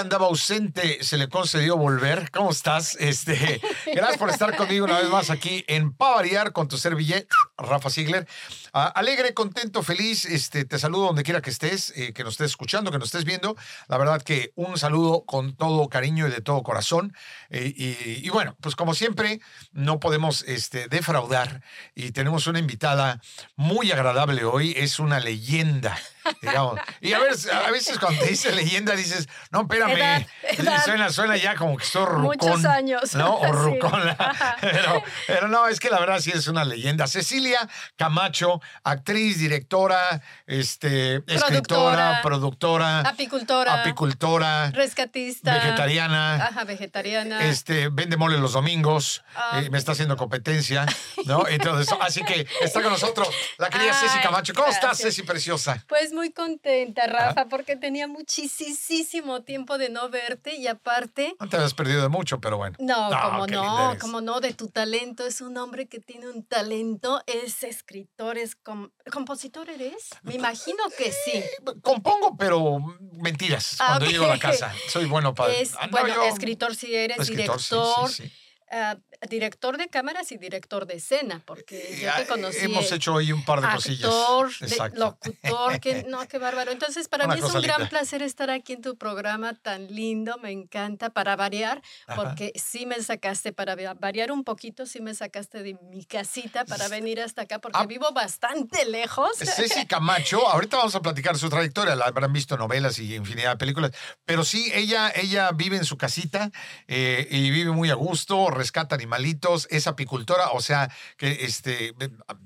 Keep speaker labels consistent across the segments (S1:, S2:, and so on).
S1: andaba ausente, se le concedió volver. ¿Cómo estás? Este, gracias por estar conmigo una vez más aquí en Pavariar con tu servilleta, Rafa Ziegler. Ah, alegre, contento, feliz. Este, te saludo donde quiera que estés, eh, que nos estés escuchando, que nos estés viendo. La verdad que un saludo con todo cariño y de todo corazón. Eh, y, y bueno, pues como siempre, no podemos este, defraudar y tenemos una invitada muy agradable hoy. Es una leyenda digamos. Y a, ver, a veces cuando te dice leyenda dices, no, espérame,
S2: Edad, edad.
S1: Suena, suena ya como que estoy rucón.
S2: Muchos años.
S1: ¿No? O
S2: Sí.
S1: rucón.
S2: Ajá.
S1: Pero, pero no, es que la verdad sí es una leyenda. Cecilia Camacho, actriz, directora, este, escritora,
S2: Productora.
S1: productora,
S2: Apicultora.
S1: apicultora,
S2: Rescatista.
S1: vegetariana.
S2: Ajá, vegetariana.
S1: Este, vende mole los domingos,
S2: Ah.
S1: eh, me está haciendo competencia, ¿no? Entonces, así que está con nosotros la querida Ceci
S2: Ay,
S1: Camacho. ¿Cómo estás,
S2: Ah, gracias.
S1: Ceci Preciosa?
S2: Pues muy contenta, Rafa, porque tenía muchísimo tiempo de no verte y aparte,
S1: No te habías perdido de mucho, pero bueno.
S2: no,
S1: Ah,
S2: como
S1: qué linda
S2: no,
S1: eres.
S2: como no, de tu talento. Es un hombre que tiene un talento, es escritor, es com- compositor, ¿eres? Me imagino que sí.
S1: Compongo, pero mentiras
S2: Ah,
S1: cuando
S2: ok.
S1: llego a la casa. Soy bueno para...
S2: Es,
S1: Andaba
S2: bueno,
S1: Pues, ah, yo-
S2: escritor si eres,
S1: escritor, sí,
S2: director,
S1: sí, sí.
S2: ah, director de cámaras y director de escena, porque yo
S1: Eh,
S2: te conocí.
S1: Hemos
S2: eh,
S1: hecho hoy un par de cosillas.
S2: actor, de-
S1: Exacto.
S2: locutor, que no, qué bárbaro. Entonces, para
S1: Una
S2: mí es un
S1: cosa
S2: gran
S1: linda.
S2: placer estar aquí en tu programa tan lindo, me encanta, para variar,
S1: Ajá.
S2: porque sí me sacaste, para va- variar un poquito, sí me sacaste de mi casita para venir hasta acá, porque
S1: Ah.
S2: vivo bastante lejos.
S1: Ceci Camacho, ahorita vamos a platicar su trayectoria, la habrán visto novelas y infinidad de películas, pero sí, ella, ella vive en su casita eh, y vive muy a gusto, rescata animalitos, es apicultora, o sea, que este,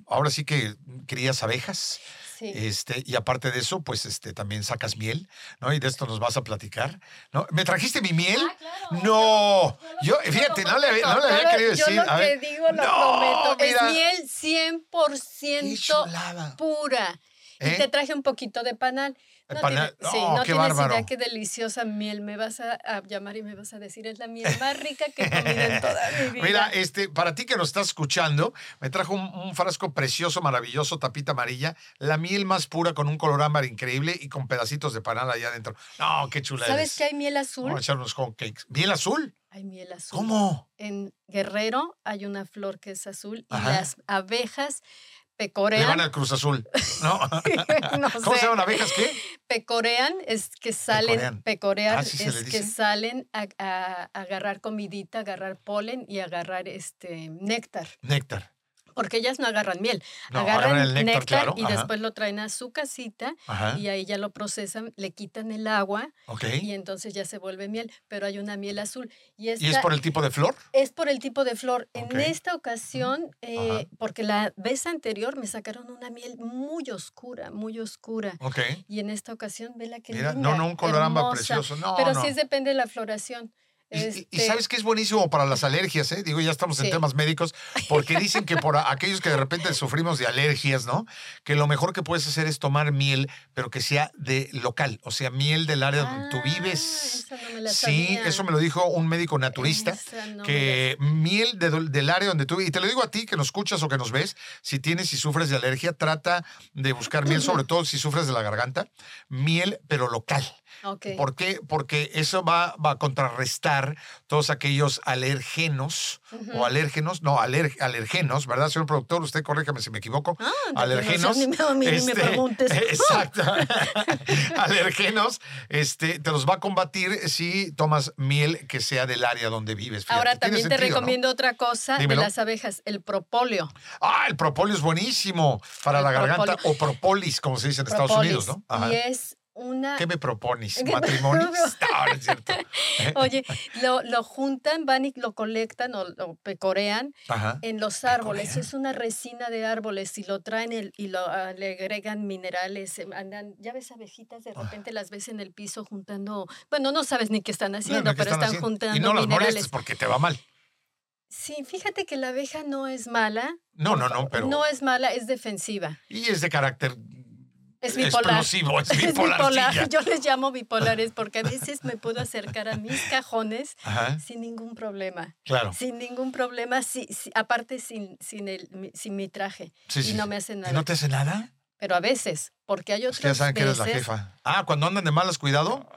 S1: ahora sí que crías abejas.
S2: Sí.
S1: Este, y aparte de eso, pues este, también sacas miel, ¿no? Y de esto nos vas a platicar, ¿no? ¿Me trajiste mi miel?
S2: Ah, claro.
S1: No, yo,
S2: Yo lo
S1: fíjate, no
S2: prometo,
S1: le, había- no le había
S2: yo lo-
S1: querido decir.
S2: Yo lo
S1: a ver.
S2: que digo lo
S1: No,
S2: prometo.
S1: mira.
S2: es miel 100%
S1: Qué chulada.
S2: pura.
S1: ¿Eh?
S2: Y te traje un poquito de panal.
S1: ¿De
S2: No
S1: panal?
S2: tiene- sí,
S1: Oh,
S2: no
S1: qué
S2: tienes
S1: bárbaro.
S2: idea qué deliciosa miel me vas a, a llamar y me vas a decir. Es la miel más rica que he comido en toda mi vida.
S1: Mira, este, para ti que nos estás escuchando, me trajo un, un frasco precioso, maravilloso, tapita amarilla, la miel más pura con un color ámbar increíble y con pedacitos de panal allá adentro. No, qué chula
S2: ¿Sabes que
S1: eres.
S2: hay miel azul?
S1: Vamos a echar unos hotcakes. ¿Miel azul?
S2: Hay miel azul.
S1: ¿Cómo?
S2: En Guerrero hay una flor que es azul y
S1: Ajá.
S2: las abejas
S1: Le van
S2: pecorean.
S1: al Cruz Azul. No.
S2: no
S1: ¿Cómo
S2: sé.
S1: se llaman abejas qué?
S2: pecorean es que salen,
S1: Pecorean.
S2: pecorear
S1: Ah, ¿sí se le
S2: es que
S1: dice?
S2: salen a, a- a agarrar comidita, agarrar polen y agarrar este néctar,
S1: Néctar.
S2: porque ellas no agarran miel,
S1: No,
S2: agarran,
S1: agarran el néctar, claro,
S2: y
S1: ajá.
S2: después lo traen a su casita
S1: Ajá.
S2: y ahí ya lo procesan, le quitan el agua
S1: Ok.
S2: y entonces ya se vuelve miel, pero hay una miel azul y,
S1: ¿Y es
S2: esta-
S1: por el tipo de flor?
S2: es por el tipo de flor. En
S1: Ok.
S2: esta ocasión, eh,
S1: Ajá.
S2: porque la vez anterior me sacaron una miel muy oscura, muy oscura.
S1: Ok.
S2: Y en esta ocasión, vela que
S1: Mira, no, no, un color ámbar precioso. No,
S2: Pero
S1: no.
S2: sí es- depende de la floración.
S1: Y- y- Y,
S2: Este,
S1: sabes que es buenísimo para las alergias, ¿eh? Digo, ya estamos en
S2: Sí.
S1: temas médicos, porque dicen que por a- aquellos que de repente sufrimos de alergias, ¿no? Que lo mejor que puedes hacer es tomar miel, pero que sea de local, o sea, miel del área donde tú
S2: ah,
S1: vives.
S2: esa no me la
S1: Sí,
S2: sabía.
S1: eso me lo dijo un médico naturista.
S2: Esa no me la
S1: que miel de dol- del área donde tú y te lo digo a ti que nos escuchas o que nos ves si tienes y sufres de alergia trata de buscar miel sobre todo si sufres de la garganta miel pero local
S2: sabía. Ok.
S1: ¿Por qué? Porque eso va, va a contrarrestar todos aquellos alergenos
S2: Ujú.
S1: o alérgenos, no, aler- alergenos, ¿verdad, señor productor? Usted corrígame si me equivoco.
S2: Ah, de que
S1: alergenos.
S2: No, seas- ni me, ni me
S1: este,
S2: preguntes.
S1: Exacto. alergenos, este, te los va a combatir si tomas miel que sea del área donde vives. Fíjate,
S2: Ahora
S1: tiene
S2: también te
S1: sentido, ¿no?
S2: recomiendo otra cosa
S1: Dímelo.
S2: de las abejas, el propóleo.
S1: Ah, el propóleo es buenísimo para
S2: El
S1: la garganta. O propolis, como se dice en Estados
S2: propólis,
S1: Unidos, ¿no? Ajá.
S2: Y es una...
S1: ¿Qué me propones?
S2: ¿Qué-
S1: ¿Matrimonio? No, no es cierto.
S2: Oye, lo, lo juntan, van y lo colectan o lo pecorean
S1: Ajá.
S2: en los árboles,
S1: Pecorean.
S2: es una resina de árboles y lo traen el- y lo, ah, le agregan minerales, em, andan, ya ves abejitas,
S1: Ah.
S2: de repente las ves en el piso juntando, bueno, no sabes ni qué están haciendo,
S1: Claro, ¿qué
S2: pero están,
S1: haciendo?
S2: juntando
S1: Y no las molestes
S2: minerales.
S1: porque te va mal.
S2: Sí, fíjate que la abeja no es mala,
S1: No, no, no, pero.
S2: no es mala, es defensiva.
S1: Y es de carácter.
S2: Es bipolar.
S1: Explosivo, es
S2: Es
S1: bipolar. sí, ya.
S2: yo les llamo bipolares porque a veces me puedo acercar a mis cajones
S1: Ajá,
S2: sin ningún problema,
S1: claro.
S2: sin ningún problema, sí, sí, aparte sin, sin, el, mi- sin mi traje
S1: Sí,
S2: y
S1: sí.
S2: no me hace nada.
S1: ¿Y no te hace nada?
S2: Pero a veces, Porque hay
S1: Es que ya
S2: otras
S1: saben que eres la
S2: veces-
S1: jefa. Ah, cuando andan de malas, cuidado.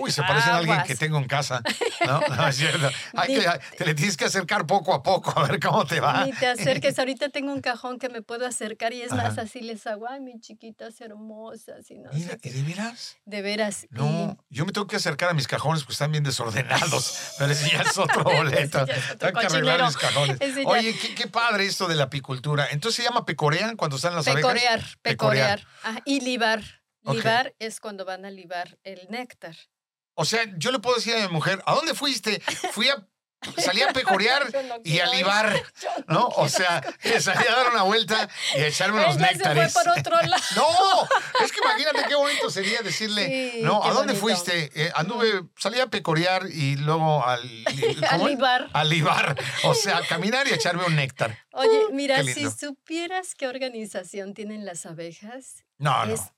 S1: Uy, se parecen a alguien que
S2: Aguas.
S1: tengo en casa. No, no es cierto. Hay que, te le tienes que acercar poco a poco a ver cómo te va.
S2: Ni te acerques. Ahorita tengo un cajón que me puedo acercar y es más
S1: Ajá.
S2: así les hago, ay, mis chiquitas hermosas y no
S1: Mira,
S2: sé
S1: ¿y
S2: qué.
S1: de veras?
S2: De veras. y-
S1: No, yo me tengo que acercar a mis cajones porque están bien desordenados. Pero ese ya es otro boleto.
S2: pues, ya es otro
S1: tengo que arreglar
S2: cochinero.
S1: mis cajones.
S2: Ese ya-
S1: Oye, qué, qué padre esto de la apicultura. Entonces se llama pecorean cuando están las abejas.
S2: pecorear,
S1: Pecorear.
S2: pecorear. Ajá, y libar.
S1: Ok.
S2: Libar es cuando van a libar el néctar.
S1: O sea, yo le puedo decir a mi mujer, ¿a dónde fuiste? Fui a... Salí a pecorear
S2: Yo no
S1: y a
S2: quiero
S1: libar,
S2: Yo
S1: ¿no? O sea, salí a dar una vuelta y a echarme unos
S2: Ella se fue
S1: néctares.
S2: por otro lado.
S1: No, es que imagínate qué bonito sería decirle,
S2: Sí,
S1: no,
S2: qué
S1: ¿a dónde
S2: bonito.
S1: fuiste? Eh, anduve, salí a pecorear y luego al... Ah,
S2: A
S1: ¿cómo?
S2: libar.
S1: A libar, o sea, a caminar y a echarme un néctar.
S2: Oye, mira,
S1: uh, Qué
S2: si
S1: lindo.
S2: supieras qué organización tienen las abejas,
S1: Ah, No,
S2: es
S1: no.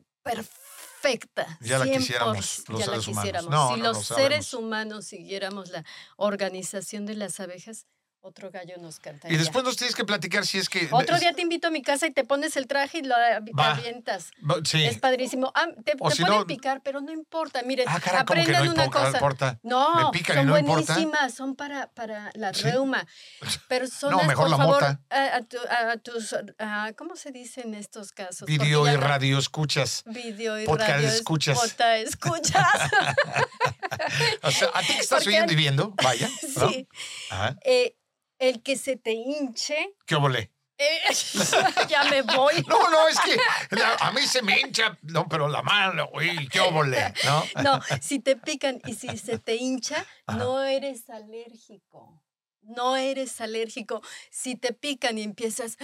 S2: perfecta.
S1: Ya la
S2: 100%,
S1: quisiéramos los
S2: ya la
S1: seres humanos.
S2: quisiéramos.
S1: No, no,
S2: si
S1: no,
S2: los
S1: sabemos.
S2: seres humanos siguiéramos la organización de las abejas, otro gallo nos cantaría.
S1: Y después nos tienes que platicar si es que...
S2: Otro día te invito a mi casa y te pones el traje y lo avi-
S1: Va.
S2: avientas.
S1: Sí.
S2: Es padrísimo. Ah, te
S1: O
S2: te
S1: si
S2: pueden
S1: no-
S2: picar, pero no importa. Miren,
S1: Ah, caray, como que
S2: aprendan
S1: no
S2: una
S1: importa, no
S2: cosa. Pues,
S1: importa.
S2: No,
S1: Me pican y
S2: son
S1: no importa.
S2: buenísimas, son para, para la
S1: Sí.
S2: reuma. Personas,
S1: mejor
S2: por
S1: la
S2: favor,
S1: mota.
S2: A, a tu- a tus, ah, ¿cómo se dice en estos casos? Porque
S1: Video
S2: ya
S1: y
S2: no-
S1: radio escuchas.
S2: Video y
S1: Podcast
S2: radio es-
S1: escuchas.
S2: pota- escuchas.
S1: O sea, a ti que estás
S2: Porque-
S1: oyendo y viendo, vaya. ¿no?
S2: sí.
S1: Ajá.
S2: Eh, el que se te hinche.
S1: ¿Qué volé?
S2: eh, ya me voy.
S1: No, no, es que la- a mí se me hincha, no, pero la mano, uy, qué volé, ¿no?
S2: No, si te pican y si se te hincha, no eres alérgico. No eres alérgico. Si te pican y empiezas.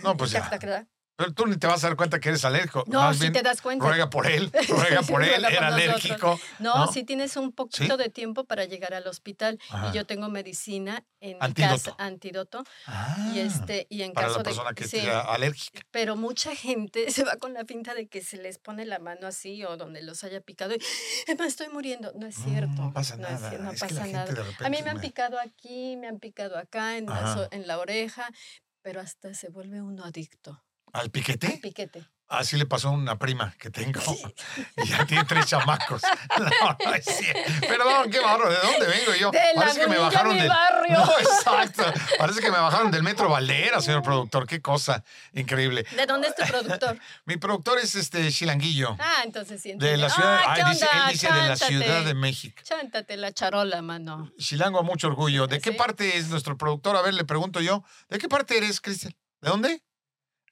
S1: No, pues ya. Pero tú ni te vas a dar cuenta que eres alérgico.
S2: No,
S1: Más
S2: si
S1: bien,
S2: te das cuenta.
S1: Ruega por él, ruega por él,
S2: Ruega por
S1: era
S2: nosotros.
S1: alérgico.
S2: No,
S1: ¿no?
S2: si tienes un poquito de tiempo para llegar al hospital
S1: Ajá.
S2: y yo tengo medicina en mi
S1: Antídoto.
S2: casa, antídoto
S1: Ah,
S2: y este y en
S1: para
S2: caso
S1: la
S2: de
S1: persona que
S2: sí,
S1: sea alérgica.
S2: pero mucha gente se va con la finta de que se les pone la mano así o donde los haya picado y "Eh, me estoy muriendo, no es
S1: No,
S2: cierto,
S1: Mm, no pasa
S2: es
S1: nada,
S2: cier- no
S1: es que la
S2: pasa
S1: gente de
S2: nada. A mí
S1: repente
S2: me han
S1: me-
S2: picado aquí, me han picado acá en la,
S1: Ajá.
S2: zo- en la oreja, pero hasta se vuelve uno adicto
S1: ¿Al
S2: al
S1: piquete?
S2: piquete.
S1: Así le pasó a una prima que tengo. Y ya tiene tres chamacos. No, no es cierto. Perdón, qué barro. ¿De dónde vengo yo?
S2: De la
S1: que me
S2: agonilla
S1: bajaron
S2: mi
S1: del.
S2: barrio.
S1: No, exacto. Parece que me bajaron del metro Valera, señor productor. Qué cosa increíble.
S2: ¿De dónde es tu productor?
S1: Mi productor es este Chilanguillo.
S2: Ah, entonces sí.
S1: De la
S2: entiendo.
S1: ciudad.
S2: Ah, ¿qué
S1: ay, dice-
S2: onda?
S1: él dice de la
S2: Chántate.
S1: Ciudad de México.
S2: Chántate la charola, mano.
S1: Chilango a mucho orgullo. ¿De qué
S2: Sí.
S1: parte es nuestro productor? A ver, le pregunto yo. ¿De qué parte eres, Cristian? ¿De dónde?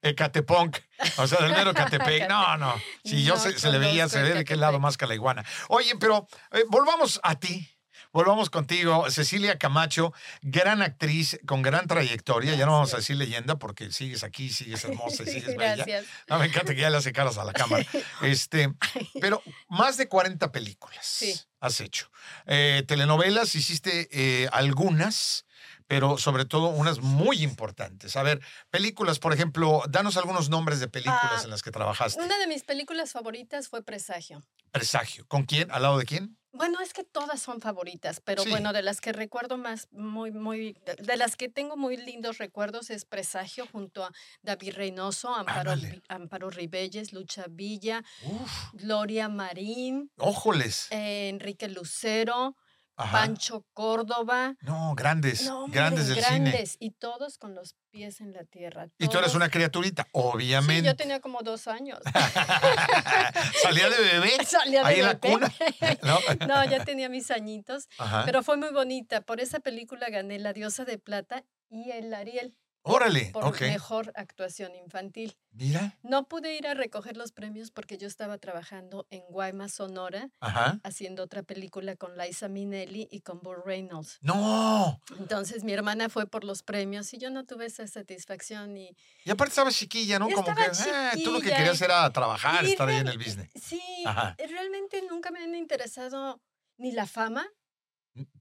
S1: Ecateponc. O sea, del mero Catepec. No, no. Si yo
S2: No
S1: se, se le veía,
S2: conozco
S1: se ve de qué
S2: Ecatepec.
S1: lado más que la iguana. Oye, pero eh, volvamos a ti. Volvamos contigo, Cecilia Camacho, gran actriz con gran trayectoria. Ya no vamos a decir leyenda porque sigues aquí, sigues hermosa, y sigues bella.
S2: Gracias.
S1: No, me encanta que ya le hace caras a la cámara. Este, pero más de 40 películas
S2: Sí.
S1: has hecho. Eh, telenovelas, hiciste eh, algunas, pero sobre todo unas muy importantes. A ver, películas, por ejemplo, danos algunos nombres de películas
S2: Ah,
S1: en las que trabajaste.
S2: Una de mis películas favoritas fue Presagio.
S1: Presagio. ¿Con quién? ¿Al lado de quién?
S2: Bueno, es que todas son favoritas, pero
S1: Sí.
S2: bueno, de las que recuerdo más, muy, muy, de- de las que tengo muy lindos recuerdos es Presagio junto a David Reynoso, Amparo,
S1: Ándale.
S2: Vi- Amparo Ribelles, Lucha Villa,
S1: Uf,
S2: Gloria Marín,
S1: ójoles.
S2: eh, Enrique Lucero,
S1: Ajá.
S2: Pancho Córdoba.
S1: No, grandes,
S2: No, hombre,
S1: grandes del cine.
S2: grandes, y todos con los pies en la tierra.
S1: Y tú eres
S2: todos-
S1: una criaturita,
S2: Sí,
S1: obviamente.
S2: yo tenía como dos años.
S1: Salía de bebé.
S2: Salía de
S1: Ahí en la
S2: golpe.
S1: cuna. Ah. ¿no?
S2: No, ya tenía mis añitos,
S1: Ajá.
S2: pero fue muy bonita. Por esa película gané La Diosa de Plata y el Ariel
S1: Órale,
S2: por
S1: ok.
S2: mejor actuación infantil.
S1: Mira,
S2: No pude ir a recoger los premios porque yo estaba trabajando en Guaymas, Sonora,
S1: ajá.
S2: haciendo otra película con Liza Minnelli y con Burt Reynolds.
S1: No.
S2: Entonces mi hermana fue por los premios y yo no tuve esa satisfacción y
S1: Y aparte estaba chiquilla, ¿no?
S2: Yo
S1: Como que
S2: estaba
S1: ah, tú lo que
S2: chiquilla
S1: querías
S2: y-
S1: era trabajar,
S2: y
S1: estar ahí en
S2: real-
S1: el business.
S2: Sí,
S1: Ajá.
S2: eh, realmente nunca me han interesado ni la fama.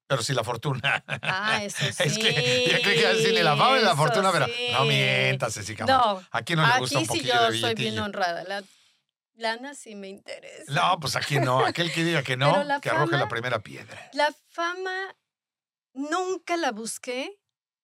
S1: Pero sí la fortuna.
S2: Ah, eso sí.
S1: es que yo creí que iba a decirle la fama y la
S2: eso
S1: fortuna, pero no
S2: sí.
S1: mientas, Ceci Camacho.
S2: No,
S1: Aquí no le gusta
S2: aquí
S1: un
S2: sí
S1: poquillo
S2: yo
S1: de
S2: soy bien
S1: billetillo.
S2: honrada. La lana sí me interesa.
S1: No, pues aquí no. Aquel que diga que
S2: Pero
S1: no,
S2: la
S1: que arroje la
S2: fama-
S1: primera piedra.
S2: La fama nunca la busqué.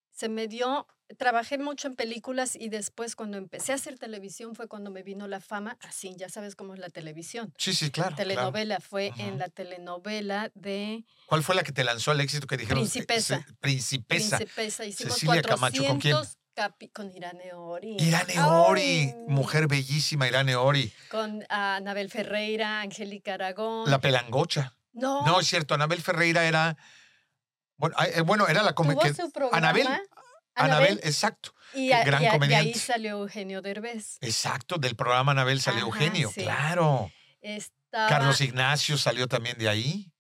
S2: Se me dio trabajé mucho en películas y después cuando empecé a hacer televisión fue cuando me vino la fama, así, ya sabes cómo es la televisión.
S1: Sí, sí, claro.
S2: telenovela, fue
S1: Ajá.
S2: en la telenovela de
S1: claro. ¿Cuál fue la que te lanzó al éxito que dijeron?
S2: Principesa.
S1: eh, se- Principesa.
S2: Principesa. Hicimos
S1: Cecilia Camacho, ¿con quién?
S2: 400 capi- con Irane Ori.
S1: Irane Ori,
S2: Ay,
S1: mujer bellísima, Irane Ori.
S2: Con ah, Anabel Ferreira, Angélica Aragón.
S1: La pelangocha.
S2: no,
S1: No, es cierto, Anabel Ferreira era. Bueno, ah, eh, bueno era la
S2: tuvo
S1: comediante.
S2: su programa.
S1: Anabel, Anabel, exacto.
S2: y, a-
S1: gran
S2: y a- y ahí
S1: comediante.
S2: salió Eugenio Derbez.
S1: Exacto, del programa Anabel salió
S2: Ajá,
S1: Eugenio,
S2: sí.
S1: claro.
S2: Estaba
S1: Carlos
S2: de-
S1: Ignacio salió también de ahí,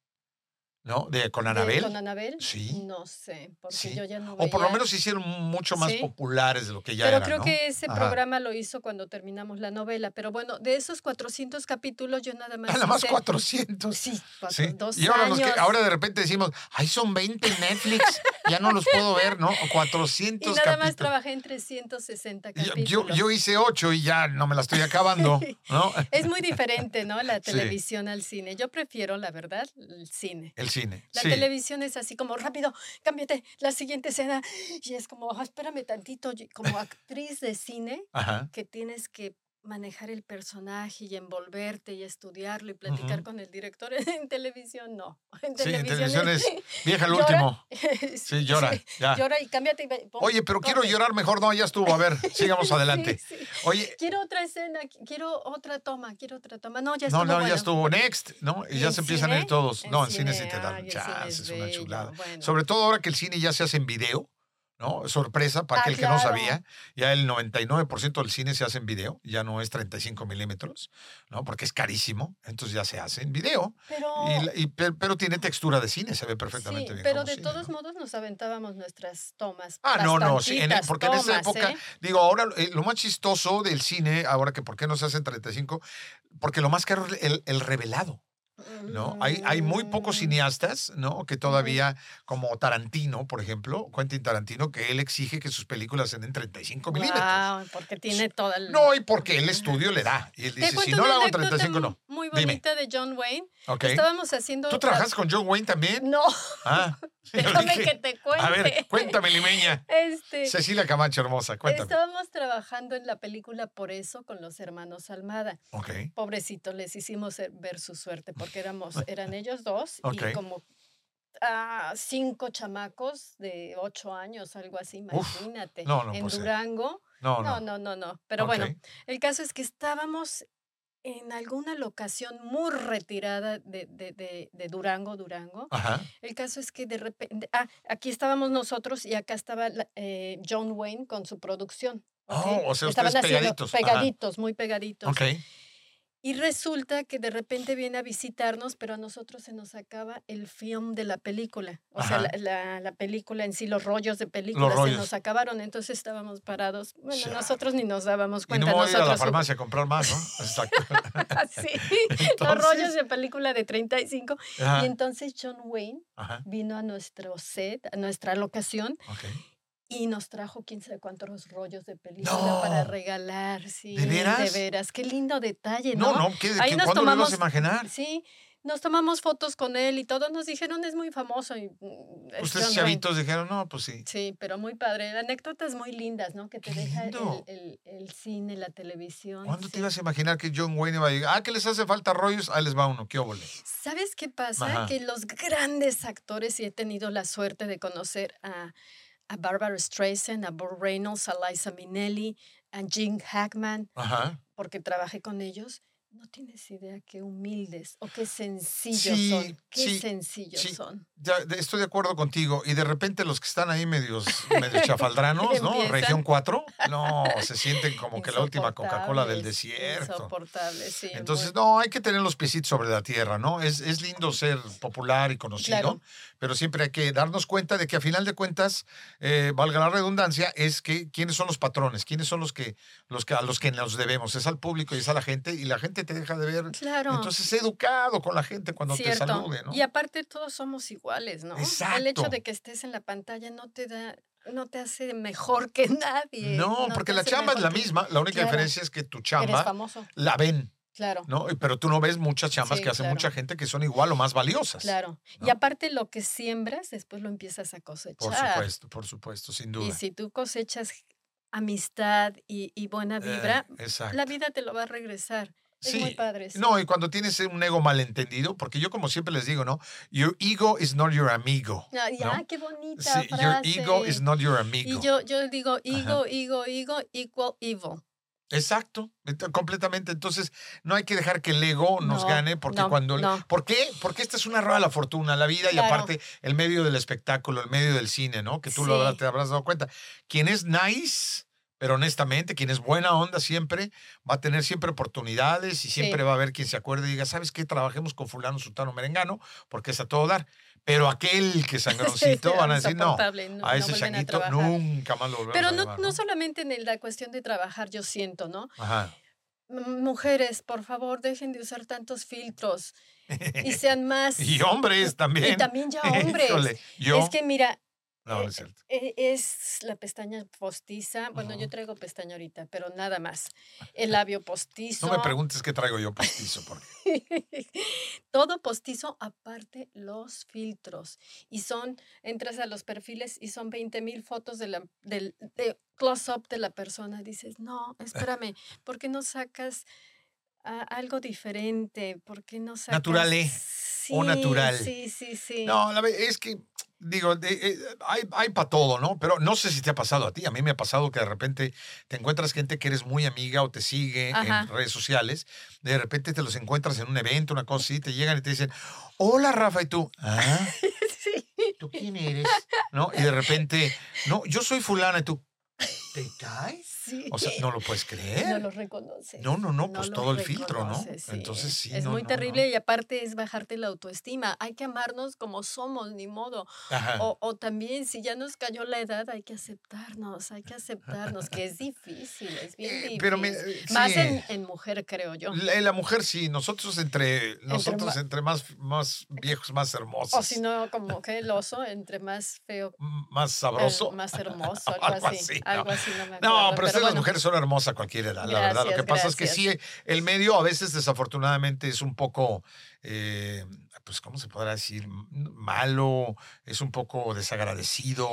S1: ¿no? De, con Anabel.
S2: ¿Con Anabel?
S1: Sí.
S2: No sé, porque
S1: Sí.
S2: yo ya no
S1: o por lo
S2: veía.
S1: menos se hicieron mucho más
S2: Sí.
S1: populares de lo que ya
S2: pero
S1: eran,
S2: creo
S1: ¿no?
S2: que ese
S1: Ajá.
S2: programa lo hizo cuando terminamos la novela. Pero bueno, de esos 400 capítulos yo nada
S1: Ah,
S2: más
S1: nada más
S2: hice-
S1: 400.
S2: Sí, cuatro,
S1: Sí.
S2: pues, dos
S1: Y ahora,
S2: años.
S1: los que- ahora de repente decimos, ay, son 20 en Netflix, ya no los puedo ver, ¿no? O 400
S2: Y nada más
S1: capítulos.
S2: trabajé en 360
S1: Yo- Yo,
S2: capítulos.
S1: yo hice 8 y ya no me la estoy acabando, ¿no?
S2: Es muy diferente, ¿no? La
S1: Sí.
S2: televisión al cine. Yo prefiero, la verdad, el cine.
S1: El cine.
S2: La
S1: sí.
S2: televisión es así como rápido, cámbiate la siguiente escena. Y es como, "Ah, espérame tantito. Y Como actriz de cine,
S1: Ajá.
S2: que tienes que manejar el personaje y envolverte y estudiarlo y platicar
S1: Ujú.
S2: con el director. En televisión, no. En
S1: Sí, en
S2: televisión,
S1: televisión es vieja el
S2: Llora.
S1: último.
S2: es-
S1: Sí, llora.
S2: sí,
S1: ya.
S2: Llora y cámbiate. y ve- pon-
S1: Oye, pero quiero
S2: ponte.
S1: llorar mejor. No, ya estuvo. A ver, sigamos adelante.
S2: Sí, sí.
S1: Oye,
S2: quiero otra escena, qui- quiero otra toma, quiero otra toma. No, ya
S1: no,
S2: estuvo.
S1: no,
S2: bueno.
S1: ya estuvo. Next, ¿no? Y
S2: ¿Y
S1: ya
S2: en
S1: se empiezan a ir
S2: cine?
S1: todos. No, en cine sí te
S2: ay,
S1: dan
S2: el cine
S1: chance, es una
S2: bello,
S1: chulada.
S2: bueno.
S1: Sobre todo ahora que el cine ya se hace en video, ¿no? Sorpresa para
S2: Ah,
S1: aquel que no
S2: claro.
S1: sabía. Ya el 99% del cine se hace en video, ya no es 35 milímetros, ¿no? Porque es carísimo, entonces ya se hace en video.
S2: pero,
S1: Y la- y pe- pero tiene textura de cine, se ve
S2: sí,
S1: perfectamente bien.
S2: pero
S1: como
S2: de
S1: cine,
S2: todos
S1: ¿no?
S2: modos nos aventábamos nuestras tomas.
S1: Ah, no, no, sí, en-
S2: bastantitas
S1: porque en esa
S2: tomas,
S1: época,
S2: ¿eh?
S1: digo, ahora eh, lo más chistoso del cine, ahora que por qué no se hacen 35, porque lo más caro es el, el revelado. ¿no? Hay, hay muy pocos
S2: ¿eh? Mm,
S1: cineastas, ¿no? Que todavía, como Tarantino, por ejemplo, Quentin Tarantino, que él exige que sus películas se den 35 milímetros.
S2: guau, porque tiene toda el...
S1: No, y porque el estudio le da. Y él
S2: Te
S1: dice, si
S2: cuento
S1: no
S2: una
S1: la hago
S2: anécdota
S1: 35, no.
S2: Muy
S1: Dime.
S2: bonita de John Wayne.
S1: Ok.
S2: Estábamos haciendo...
S1: ¿Tú
S2: otra-
S1: trabajas con John Wayne también?
S2: No,
S1: Ah, yo
S2: déjame
S1: dije,
S2: que te cuente.
S1: A ver, cuéntame, Limeña.
S2: Este,
S1: Cecilia Camacho, hermosa, cuéntame.
S2: Estábamos trabajando en la película Por eso con los hermanos Almada.
S1: Ok.
S2: Pobrecitos, les hicimos eh, ver su suerte porque éramos, eran ellos dos
S1: Ok.
S2: y como ah, cinco chamacos de ocho años, algo así,
S1: Uf,
S2: imagínate.
S1: no, no,
S2: en
S1: pues, eh,
S2: Durango.
S1: No, no.
S2: No, no, no, no. Pero bueno,
S1: Ok.
S2: el caso es que estábamos en alguna locación muy retirada de, de- de- de Durango, Durango.
S1: Ajá.
S2: El caso es que de repente, ah, aquí estábamos nosotros y acá estaba la- eh, John Wayne con su producción. ¿ok?
S1: Oh, o sea,
S2: Estaban
S1: ustedes
S2: haciendo
S1: pegaditos. Ajá.
S2: pegaditos, muy pegaditos.
S1: Ok.
S2: Y resulta que de repente viene a visitarnos, pero a nosotros se nos acaba el film de la película. O sea,
S1: Ajá.
S2: la, la- la película en sí, los rollos de película
S1: rollos.
S2: se nos acabaron. Entonces estábamos parados. Bueno,
S1: Chale.
S2: nosotros ni nos dábamos
S1: Y
S2: cuenta.
S1: no voy a ir a la
S2: nosotros
S1: farmacia a comprar más, ¿no? Exacto.
S2: sí, los rollos
S1: Entonces,
S2: de película de 35. Y
S1: ajá,
S2: entonces John Wayne
S1: ajá,
S2: vino a nuestro set, a nuestra locación,
S1: ok.
S2: y nos trajo quién sabe cuántos rollos de película
S1: No.
S2: para regalar. Sí,
S1: veras?
S2: De veras. Qué lindo detalle,
S1: No,
S2: ¿no?
S1: no, ¿qué,
S2: Ahí
S1: qué-
S2: nos
S1: ¿cuándo lo ibas
S2: tomamos-
S1: a imaginar?
S2: Sí, nos tomamos fotos con él y todos nos dijeron es muy famoso. Y, mm, es
S1: Ustedes
S2: John
S1: chavitos dijeron, no, pues sí.
S2: Wayne". Sí, pero muy padre. Anécdotas muy lindas, ¿no? Que te
S1: Qué
S2: deja el,
S1: lindo.
S2: el- el cine, la televisión.
S1: ¿Cuándo te
S2: sí.
S1: ibas a imaginar que John Wayne iba a llegar? Ah, que les hace falta rollos, ahí les va uno, qué óvole.
S2: ¿Sabes qué pasa?
S1: Ajá.
S2: Que los grandes actores, y he tenido la suerte de conocer a, a Barbara Streisand, a Bob Reynolds, a Liza Minnelli, a Jim Hackman,
S1: Ajá.
S2: porque trabajé con ellos. No tienes idea qué humildes o qué sencillos
S1: Sí,
S2: son. Qué
S1: sí,
S2: sencillos
S1: sí.
S2: son.
S1: Ya, de- estoy de acuerdo contigo. Y de repente los que están ahí medios, medios chafaldranos, ¿no?
S2: Empiezan.
S1: Región 4, no, se sienten como que la última Coca-Cola del desierto.
S2: Insoportable, sí.
S1: Entonces,
S2: muy-
S1: no, hay que tener los piecitos sobre la tierra, ¿no? Es, es lindo ser popular y conocido,
S2: Claro.
S1: pero siempre hay que darnos cuenta de que a final de cuentas, eh, valga la redundancia, es que quiénes son los patrones, quiénes son los que, los que a los que nos debemos, es al público y es a la gente, y la gente te deja de ver.
S2: Claro.
S1: Entonces, sé educado con la gente cuando te
S2: cierto.
S1: salude, ¿no?
S2: Y aparte todos somos iguales, ¿no? El
S1: Exacto.
S2: hecho de que estés en la pantalla no te da, no te hace mejor que nadie.
S1: No, porque
S2: eh, te
S1: la
S2: hace
S1: chamba es
S2: mejor
S1: la
S2: que-
S1: misma, la única
S2: Claro.
S1: diferencia es que tu
S2: Eres
S1: chamba
S2: famoso.
S1: la ven.
S2: Claro.
S1: ¿no? Pero tú no ves muchas chambas
S2: Sí,
S1: que hace
S2: claro.
S1: mucha gente que son igual o más valiosas.
S2: Claro.
S1: ¿no?
S2: Y aparte lo que siembras, después lo empiezas a cosechar.
S1: Por supuesto, por supuesto, sin duda.
S2: Y si tú cosechas amistad y, y buena
S1: Eh,
S2: vibra,
S1: exacto.
S2: la vida te lo va a regresar. Es
S1: Sí.
S2: muy padre. sí.
S1: No, y cuando tienes un ego malentendido, porque yo como siempre les digo, ¿no? Your ego is not your amigo.
S2: Ah, ya,
S1: ¿no?
S2: qué bonita
S1: Sí, your
S2: frase.
S1: ego is not your amigo.
S2: Y yo, yo digo, ego, ego, ego, equal evil.
S1: Exacto, ent- completamente. Entonces, no hay que dejar que el ego nos
S2: No,
S1: gane, porque
S2: no,
S1: cuando...
S2: no.
S1: ¿Por qué? Porque esta es una rueda de la fortuna, la vida y
S2: Claro.
S1: aparte el medio del espectáculo, el medio del cine, ¿no? Que tú lo
S2: Sí.
S1: habrás, te habrás dado cuenta. Quien es nice, pero honestamente, quien es buena onda siempre, va a tener siempre oportunidades y siempre va a haber quien se acuerde y diga, ¿sabes qué? Trabajemos con fulano, sultano, merengano, porque es a todo dar. Pero aquel que sangroncito van a decir, no,
S2: Insoportable, no,
S1: a ese
S2: no vuelven a
S1: changuito
S2: trabajar.
S1: nunca más lo volvemos
S2: Pero
S1: a
S2: no,
S1: llamar,
S2: no solamente en el- la cuestión de trabajar, yo siento, ¿no?
S1: Ajá.
S2: M- Mujeres, por favor, dejen de usar tantos filtros y sean más...
S1: Y hombres también.
S2: Y también ya hombres.
S1: Híjole, yo.
S2: Es que mira,
S1: no, no es cierto.
S2: e- es la pestaña postiza. Bueno,
S1: Ujú.
S2: yo traigo pestaña ahorita, pero nada más. El labio postizo.
S1: No me preguntes qué traigo yo postizo. Porque...
S2: Todo postizo, aparte los filtros. Y son, entras a los perfiles y son 20 mil fotos de la, del de close-up de la persona. Dices, no,
S1: Eh.
S2: espérame, ¿por qué no sacas ah, algo diferente? ¿Por qué no sacas...
S1: Naturalé eh, o
S2: Sí,
S1: natural.
S2: Sí, sí, sí.
S1: No, la ve- es que, digo, de- eh, hay, hay para todo, ¿no? Pero no sé si te ha pasado a ti. A mí me ha pasado que de repente te encuentras gente que eres muy amiga o te sigue
S2: Ajá.
S1: en redes sociales. De repente te los encuentras en un evento, una cosa así, te llegan y te dicen, hola Rafa, y tú, ¿ah?
S2: Sí.
S1: ¿Tú quién eres? ¿No? Y de repente, no, yo soy fulana, y tú, ¿te caes?
S2: sí.
S1: O sea, no lo puedes creer.
S2: No los reconoces.
S1: No, no, no, pues
S2: los
S1: todo el filtro, ¿no?
S2: reconoces, sí.
S1: Entonces sí.
S2: Es
S1: no,
S2: muy
S1: no, no.
S2: terrible y aparte es bajarte la autoestima. Hay que amarnos como somos, ni modo.
S1: Ajá.
S2: O, o también, si ya nos cayó la edad, hay que aceptarnos, hay que aceptarnos, que es difícil, es bien
S1: Eh,
S2: difícil.
S1: pero me- eh,
S2: Más
S1: sí.
S2: en, en mujer, creo yo.
S1: La, la mujer sí, nosotros entre nosotros
S2: ma-
S1: entre más, más viejos, más hermosos,
S2: O si no, como que el oso, entre más feo, eh,
S1: m- más sabroso.
S2: más hermoso, algo,
S1: Algo
S2: así.
S1: así, ¿no?
S2: Algo así, no me acuerdo.
S1: No, pero, ustedes las
S2: bueno,
S1: mujeres son hermosas a cualquier edad, la verdad. Lo que
S2: Gracias,
S1: pasa es que sí,
S2: gracias.
S1: el medio a veces desafortunadamente es un poco, eh, pues, ¿cómo se podrá decir? Malo, es un poco desagradecido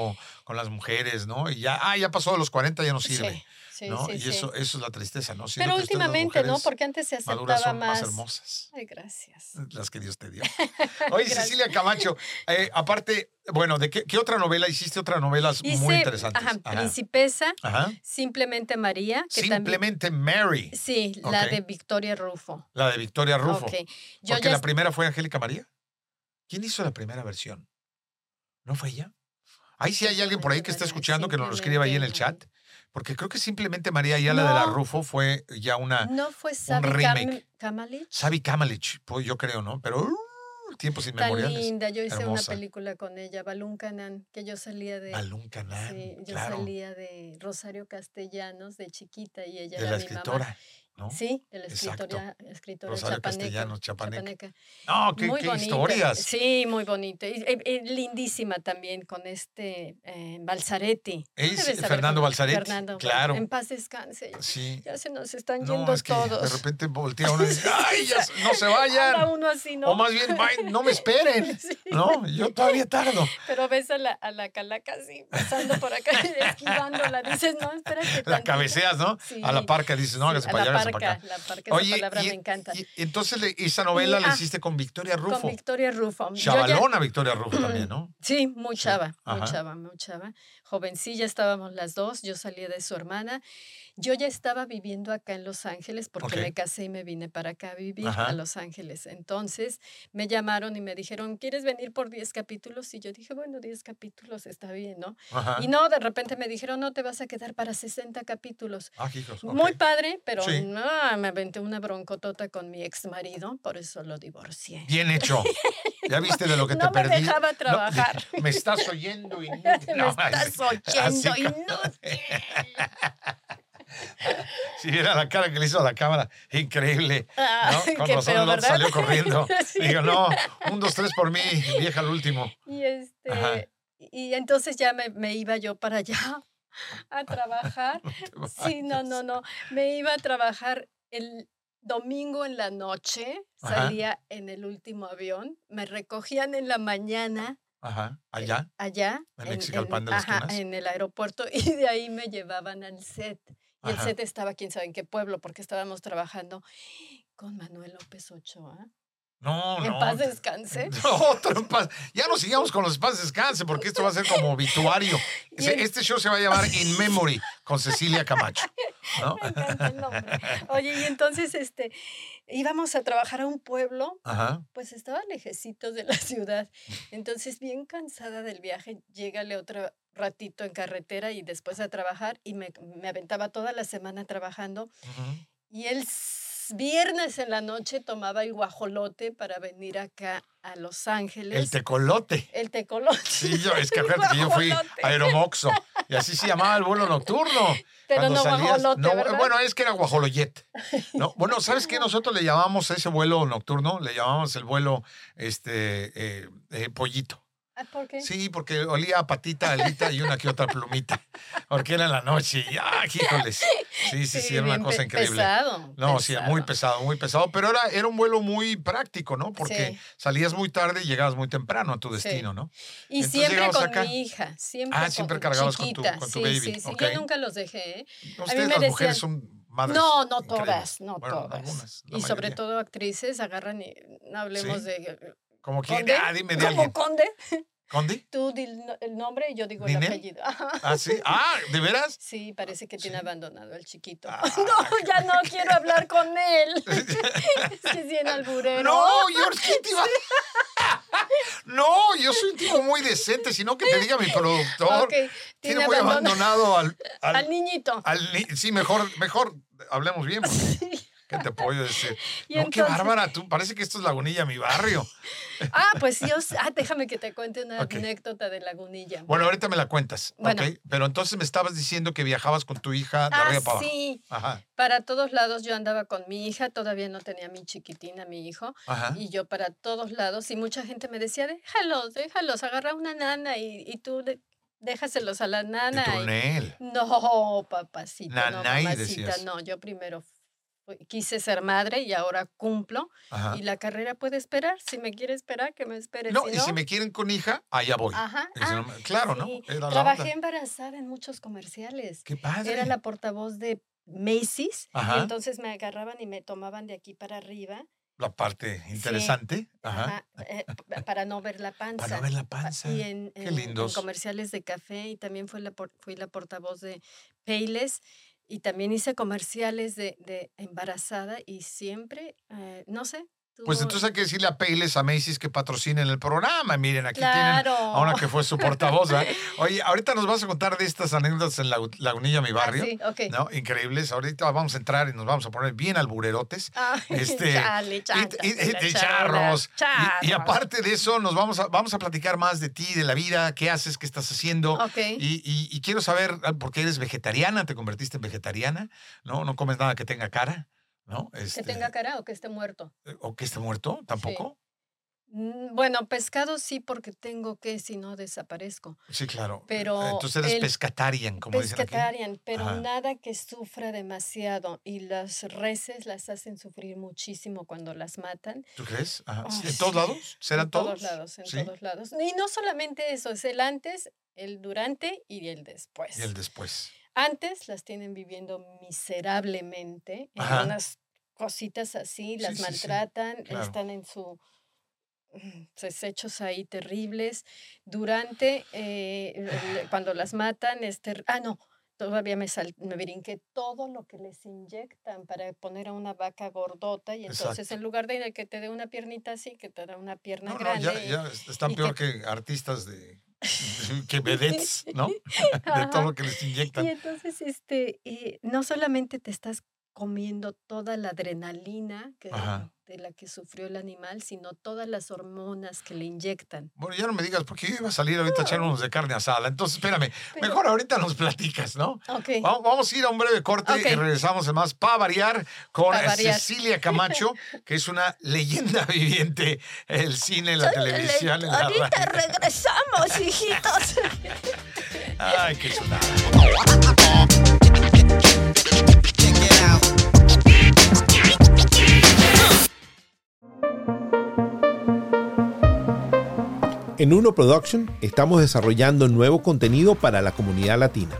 S1: con las mujeres, ¿no? Y ya, ah, ya pasó de los 40, ya no
S2: sí,
S1: sirve.
S2: sí,
S1: ¿no?
S2: sí,
S1: y
S2: sí.
S1: eso, eso es la tristeza, ¿no? Siento
S2: Pero
S1: que ustedes, las
S2: últimamente, ¿no?
S1: mujeres
S2: Porque antes se
S1: maduras
S2: aceptaba
S1: son más
S2: más.
S1: hermosas.
S2: Ay, gracias.
S1: las que Dios te dio. Oye,
S2: Gracias.
S1: Cecilia Camacho, eh, aparte, bueno, ¿de qué, qué otra novela? Hiciste otra novelas muy
S2: Hice,
S1: interesantes.
S2: ajá,
S1: Ajá,
S2: Principesa,
S1: ajá.
S2: Simplemente María, que también...
S1: Simplemente Mary,
S2: Sí, la
S1: Ok.
S2: de Victoria Rufo.
S1: la de Victoria Rufo.
S2: Ok. Yo
S1: Porque
S2: ya
S1: la primera fue Angélica María. ¿Quién hizo la primera versión? ¿No fue ella? Ahí sí hay alguien por ahí que está
S2: Simplemente
S1: escuchando que nos lo escriba ahí en el
S2: María.
S1: chat. Porque creo que simplemente María ya la de la
S2: No.
S1: Rufo fue ya una
S2: No fue Sabi Cam-
S1: remake.
S2: Kamalich,
S1: Sabi Kamalich, pues, yo creo, ¿no? Pero uh, tiempos
S2: Tan
S1: inmemoriales.
S2: linda, yo hice una
S1: hermosa.
S2: película con ella, Balún Canán, que yo salía de
S1: Balún Canal,
S2: sí, yo
S1: claro,
S2: salía de Rosario Castellanos de chiquita y ella
S1: de
S2: era
S1: la
S2: mi
S1: escritora,
S2: mamá.
S1: ¿no?
S2: Sí, de la
S1: Exacto.
S2: escritora, escritora
S1: Rosario
S2: chapaneca,
S1: Castellanos, chapaneca.
S2: chapaneca.
S1: No, qué, qué
S2: bonita.
S1: historias.
S2: Sí, muy bonita. Y, eh, eh, lindísima también con este eh, Balzaretti. Tú
S1: Es
S2: debes saber
S1: Fernando
S2: cómo-
S1: Balzaretti,
S2: Fernando,
S1: claro.
S2: En paz descanse.
S1: Sí.
S2: Ya se nos están
S1: No,
S2: yendo
S1: es que de
S2: todos.
S1: repente voltea uno y dice, ¡ay, ya se- no se vayan!
S2: Anda uno así, ¿no?
S1: O más bien, "Ay, no me esperen.
S2: Sí.
S1: No, yo todavía tardo.
S2: Pero ves a la, a la calaca así, pasando por acá, esquivándola. Dices, no, espérate.
S1: La
S2: tantito".
S1: cabeceas, ¿no?
S2: Sí.
S1: A la parca dices, no,
S2: Sí,
S1: hágase para allá,
S2: la
S1: hágase para
S2: parca,
S1: acá.
S2: la parca, esa palabra
S1: y-
S2: me encanta.
S1: y entonces le- esa novela
S2: Y-
S1: la
S2: ah,
S1: hiciste con Victoria
S2: Con
S1: Rufo.
S2: Victoria Rufo. Yo ya-
S1: Chavalona Victoria Rufo también, ¿no?
S2: Sí, muy
S1: Sí,
S2: chava,
S1: ajá.
S2: muy chava, muy chava. Jovencilla estábamos las dos, yo salía de su hermana. Yo ya estaba viviendo acá en Los Ángeles porque
S1: Ok.
S2: me casé y me vine para acá a vivir,
S1: Ajá.
S2: a Los Ángeles. Entonces me llamaron y me dijeron, ¿quieres venir por 10 capítulos? Y yo dije, bueno, 10 capítulos está bien, ¿no?
S1: Ajá.
S2: Y no, de repente me dijeron, no, te vas a quedar para 60 capítulos.
S1: Ah, hijos, ok.
S2: Muy padre, pero
S1: Sí.
S2: no, me aventé una broncotota con mi ex marido, por eso lo divorcié.
S1: Bien hecho. Ya viste de lo que
S2: no
S1: te
S2: me
S1: perdí.
S2: dejaba
S1: No,
S2: trabajar.
S1: me estás oyendo y no,
S2: Me estás
S1: así
S2: oyendo,
S1: como-
S2: inútil.
S1: Sí, era la cara que le hizo a la cámara. Increíble.
S2: Ah,
S1: ¿no? Con
S2: qué
S1: razón
S2: feo,
S1: el otro
S2: ¿verdad?
S1: salió corriendo.
S2: Sí.
S1: Digo, no, un, dos, tres por mí, vieja al último.
S2: Y este,
S1: Ajá.
S2: y entonces ya me, me iba yo para allá a trabajar.
S1: No te
S2: Sí, no, no, no. Me iba a trabajar el domingo en la noche,
S1: Ajá.
S2: salía en el último avión, me recogían en la mañana
S1: Ajá. Allá.
S2: allá
S1: En Mexicalpan de las
S2: ajá,
S1: Tunas.
S2: en el aeropuerto y de ahí me llevaban al set. Y el
S1: Ajá.
S2: set estaba quién sabe en qué pueblo porque estábamos trabajando con Manuel López Ochoa.
S1: No,
S2: en
S1: Oh, no.
S2: paz descanse.
S1: Otro en paz. Ya no sigamos con los paz descanse, porque esto va a ser como obituario.
S2: Y
S1: Ese-
S2: en-
S1: Este show se va a llamar In Memory con Cecilia Camacho. ¿no?
S2: Me encanta el nombre. Oye, y entonces este íbamos a trabajar a un pueblo,
S1: Ajá.
S2: pues estaba lejecitos de la ciudad. Entonces, bien cansada del viaje, llégale otro ratito en carretera y después a trabajar y me, me aventaba toda la semana trabajando
S1: Ujú.
S2: Y el s- viernes en la noche tomaba el guajolote para venir acá a Los
S1: El
S2: Ángeles.
S1: tecolote.
S2: El tecolote.
S1: Sí, yo, es que acuérdate que yo fui
S2: Guajolote.
S1: aeromoxo. Y así se llamaba el vuelo nocturno.
S2: Pero
S1: Cuando
S2: no
S1: salías-
S2: guajolote,
S1: no,
S2: ¿verdad?
S1: Bueno, es que era guajoloyet. ¿no? Bueno, ¿sabes qué? Nosotros le llamamos a ese vuelo nocturno, le llamamos el vuelo este, eh, eh, pollito.
S2: Ah, ¿Por qué?
S1: Sí, porque olía a patita, alita y una que otra plumita. Porque era en la noche. Y, ah, híjoles. Sí, sí, sí, era una
S2: bien
S1: cosa
S2: pe-
S1: increíble.
S2: Pesado.
S1: No, sí, muy pesado, muy pesado, pero era, era un vuelo muy práctico, ¿no? Porque
S2: Sí.
S1: salías muy tarde y llegabas muy temprano a tu
S2: Sí.
S1: destino, ¿no?
S2: Y
S1: Entonces
S2: siempre
S1: llegabas
S2: con
S1: acá.
S2: mi hija. Siempre
S1: Ah,
S2: con-
S1: siempre cargabas con tu-
S2: chiquita,
S1: con tu
S2: sí,
S1: baby,
S2: Sí, sí,
S1: ok.
S2: Yo nunca los dejé. ¿eh?
S1: Ustedes,
S2: me
S1: las mujeres,
S2: decían-
S1: son madres.
S2: No, no
S1: increíbles.
S2: todas, no
S1: Bueno,
S2: todas.
S1: algunas, la
S2: y sobre
S1: mayoría.
S2: todo actrices agarran y no hablemos
S1: Sí.
S2: de...
S1: Como que,
S2: ¿Conde?
S1: ah, dime de
S2: ¿Cómo
S1: alguien.
S2: conde?
S1: ¿Condi?
S2: Tú di el no- el nombre y yo digo
S1: ¿Ninel?
S2: el apellido. Ajá.
S1: Ah, sí. Ah, ¿de veras?
S2: Sí, parece que tiene
S1: sí.
S2: abandonado al chiquito.
S1: Ah,
S2: no, ya no quiero hablar con él. es que es bien alburero.
S1: No, George, ¿qué te iba- No, yo soy un tipo muy decente, sino que te diga mi productor.
S2: Ok, tiene,
S1: Tiene muy
S2: abandonado
S1: abandonado al, al,
S2: al niñito.
S1: al ni- Sí, mejor, mejor hablemos bien. porque ¿Qué te puedo decir?
S2: Y
S1: no, qué
S2: entonces-
S1: bárbara, tú. Parece que esto es Lagunilla, mi barrio.
S2: Ah, pues Dios, ah, déjame que te cuente una
S1: Ok.
S2: anécdota de Lagunilla.
S1: Bueno, ahorita me la cuentas.
S2: Bueno.
S1: ok. Pero entonces me estabas diciendo que viajabas con tu hija de
S2: ah,
S1: arriba para abajo.
S2: sí,
S1: Ajá,
S2: para todos lados yo andaba con mi hija, todavía no tenía mi chiquitina, mi hijo,
S1: ajá.
S2: y yo para todos lados, y mucha gente me decía, déjalos, déjalos, agarra una nana y, y tú de- déjaselos a la nana.
S1: Y tú,
S2: y-
S1: Nel.
S2: No, papacito, no,
S1: Nanay,
S2: mamacita,
S1: decías.
S2: no. Yo primero fui- quise ser madre y ahora cumplo.
S1: Ajá.
S2: Y la carrera puede esperar. Si me quiere esperar, que me espere.
S1: Ah. No,
S2: si
S1: y si me quieren con hija, allá voy.
S2: Ajá.
S1: Y si
S2: ah,
S1: no me- claro, ¿no?
S2: sí.
S1: Era la
S2: Trabajé
S1: onda.
S2: embarazada en muchos comerciales.
S1: Qué padre.
S2: Era la portavoz de Macy's.
S1: Ajá.
S2: Y entonces me agarraban y me tomaban de aquí para arriba.
S1: La parte interesante. Ajá.
S2: ajá, eh, pa- para no ver la panza.
S1: Para no ver la
S2: Pa-
S1: panza.
S2: Y en, en- en
S1: lindos.
S2: comerciales de café y también fui la, por- fui la portavoz de Payless y también hice comerciales de, de embarazada y siempre, eh, no sé.
S1: Pues
S2: tuvo-
S1: entonces hay que decirle a Payless, a Macy's que patrocinen el programa. Miren, aquí tienen
S2: claro.
S1: a una ¿eh? que fue su portavoz. ¿verdad? Oye, ahorita nos vas a contar de estas anécdotas en Lagu- Lagunilla, mi barrio.
S2: Ah, sí, ok.
S1: ¿No? Increíbles. Ahorita vamos a entrar y nos vamos a poner bien alburerotes.
S2: Ah,
S1: este,
S2: chale,
S1: Y,
S2: chancas,
S1: y- y-
S2: la
S1: y
S2: charola,
S1: charros. Y, y
S2: charros.
S1: aparte de eso, nos vamos a, vamos a platicar más de ti, de la vida, qué haces, qué estás haciendo.
S2: Ok.
S1: Y, y- y quiero saber, ah, porque eres vegetariana, te convertiste en vegetariana, ¿no? No comes nada que tenga cara, ¿no?
S2: ¿Que
S1: Este,
S2: tenga cara o que esté muerto?
S1: ¿O que esté muerto? ¿Tampoco?
S2: Mm, Bueno, pescado sí, porque tengo que, si no desaparezco.
S1: Sí, claro.
S2: Pero
S1: Entonces eres
S2: el
S1: pescatarian, como dicen aquí.
S2: Pescatarian, pero
S1: Ajá.
S2: nada que sufra demasiado. Y las reses las hacen sufrir muchísimo cuando las matan.
S1: ¿Tú crees? Ajá.
S2: Ay,
S1: ¿En
S2: sí.
S1: todos lados? ¿Serán
S2: en todos?
S1: todos?
S2: lados, en
S1: Sí.
S2: todos lados. Y no solamente eso, es el antes, el durante y el después.
S1: Y el después.
S2: Antes las tienen viviendo miserablemente en
S1: Ajá.
S2: unas cositas así, las
S1: sí, sí,
S2: maltratan,
S1: claro.
S2: están en su mm, desechos ahí terribles. Durante, eh,
S1: Ah.
S2: el- cuando las matan, es ter- ah, no, todavía me, sal- me brinqué todo lo que les inyectan para poner a una vaca gordota y entonces
S1: Exacto.
S2: en lugar de que te dé una piernita así, que te da una pierna
S1: No, no,
S2: grande.
S1: ya, ya es- están
S2: y
S1: peor que, artistas de... que vedettes, ¿no? De todo
S2: Ajá.
S1: lo que les inyectan.
S2: Y entonces, este, eh, no solamente te estás comiendo toda la adrenalina que-
S1: Ajá.
S2: de la que sufrió el animal, sino todas las hormonas que le inyectan.
S1: Bueno, ya no me digas, porque yo iba a salir ahorita a echar unos de carne asada. Entonces, espérame,
S2: Pero-
S1: mejor ahorita nos platicas, ¿no?
S2: Ok.
S1: Va- Vamos a ir a un breve corte y
S2: Ok.
S1: regresamos en más para variar con
S2: Pa' variar.
S1: Cecilia Camacho, que es una leyenda viviente el cine, la
S2: Soy la
S1: televisión, en la
S2: ahorita
S1: radio.
S2: regresamos, hijitos.
S1: Ay, qué chulada.
S3: Check it out. En Uno Production estamos desarrollando nuevo contenido para la comunidad latina.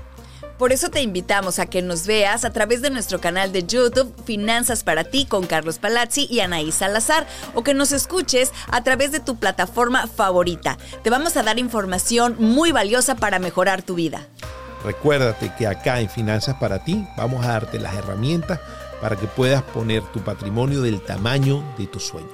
S4: Por eso te invitamos a que nos veas a través de nuestro canal de YouTube Finanzas para ti con Carlos Palazzi y Anaís Salazar o que nos escuches a través de tu plataforma favorita. Te vamos a dar información muy valiosa para mejorar tu vida.
S3: Recuérdate que acá en Finanzas para ti vamos a darte las herramientas para que puedas poner tu patrimonio del tamaño de tu sueño.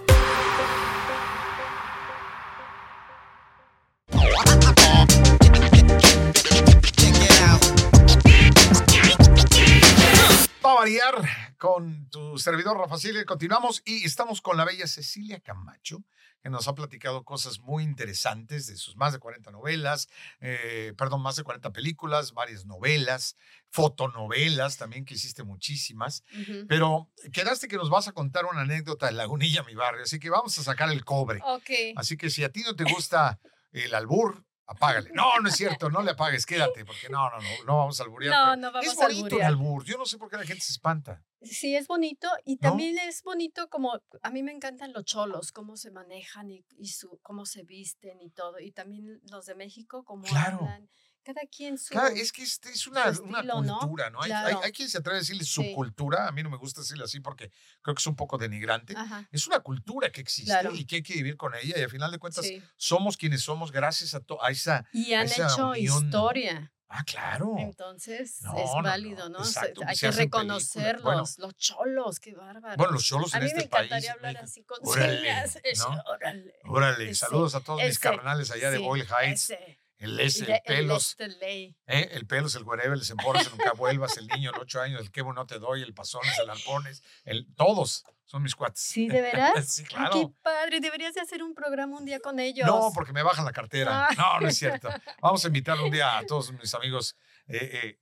S1: Va a variar con tu servidor Rafa Silva. Continuamos y estamos con la bella Cecilia Camacho, que nos ha platicado cosas muy interesantes de sus más de 40 novelas, eh, perdón, más de 40 películas, varias novelas, fotonovelas también, que hiciste muchísimas.
S2: Ujú.
S1: Pero quedaste que nos vas a contar una anécdota de Lagunilla, mi barrio, así que vamos a sacar el cobre.
S2: Ok.
S1: Así que si a ti no te gusta el albur, apágale. No, no es cierto, no le apagues, quédate, porque no, no, no, no vamos a alburear.
S2: No,
S1: pero
S2: no vamos
S1: es
S2: a
S1: bonito el
S2: alburear.
S1: albur. Yo no sé por qué la gente se espanta.
S2: Sí, es bonito y
S1: ¿No?
S2: también es bonito como, a mí me encantan los cholos, cómo se manejan y, y su, cómo se visten y todo. Y también los de México, cómo
S1: Claro.
S2: hablan. Cada quien su...
S1: Claro, es que es, es una,
S2: su
S1: una
S2: estilo, ¿no?
S1: cultura, ¿no? Hay,
S2: Claro.
S1: hay- hay quien se atreve a decirle
S2: Sí.
S1: subcultura, a mí no me gusta decirle así porque creo que es un poco denigrante.
S2: Ajá,
S1: Es una cultura que existe
S2: Ah. Claro.
S1: y que hay que vivir con ella y al final de cuentas
S2: sí.
S1: somos quienes somos gracias a, to- a esa...
S2: Y han
S1: esa
S2: hecho
S1: unión,
S2: historia.
S1: Ah, claro.
S2: Entonces
S1: No, no,
S2: es
S1: no,
S2: válido, ¿no? Se-
S1: exacto, que
S2: Hay
S1: se
S2: que
S1: hacen películas.
S2: reconocerlos.
S1: Bueno.
S2: Los cholos, qué bárbaro.
S1: Bueno, los cholos
S2: a
S1: en
S2: mí me
S1: este país.
S2: encantaría hablar
S1: México.
S2: así con
S1: Órale,
S2: señas. Ese,
S1: ¿no?
S2: órale.
S1: Órale,
S2: Ese,
S1: saludos a todos mis
S2: ese,
S1: carnales allá de
S2: sí,
S1: Boyle Heights.
S2: ese.
S1: El S,
S2: Ya,
S1: el pelos,
S2: este ley.
S1: ¿eh? el pelos, el wherever, el sempores, el nunca vuelvas, el niño, el ocho años, el quebo no te doy, el pasones, el arpones, el, todos son mis cuates.
S2: Sí, de veras.
S1: Sí,
S2: Ay, Qué
S1: claro.
S2: padre, deberías de hacer un programa un día con ellos.
S1: No, porque me bajan la cartera.
S2: Ah.
S1: No, no es cierto. Vamos a invitar un día a todos mis amigos. eh, eh,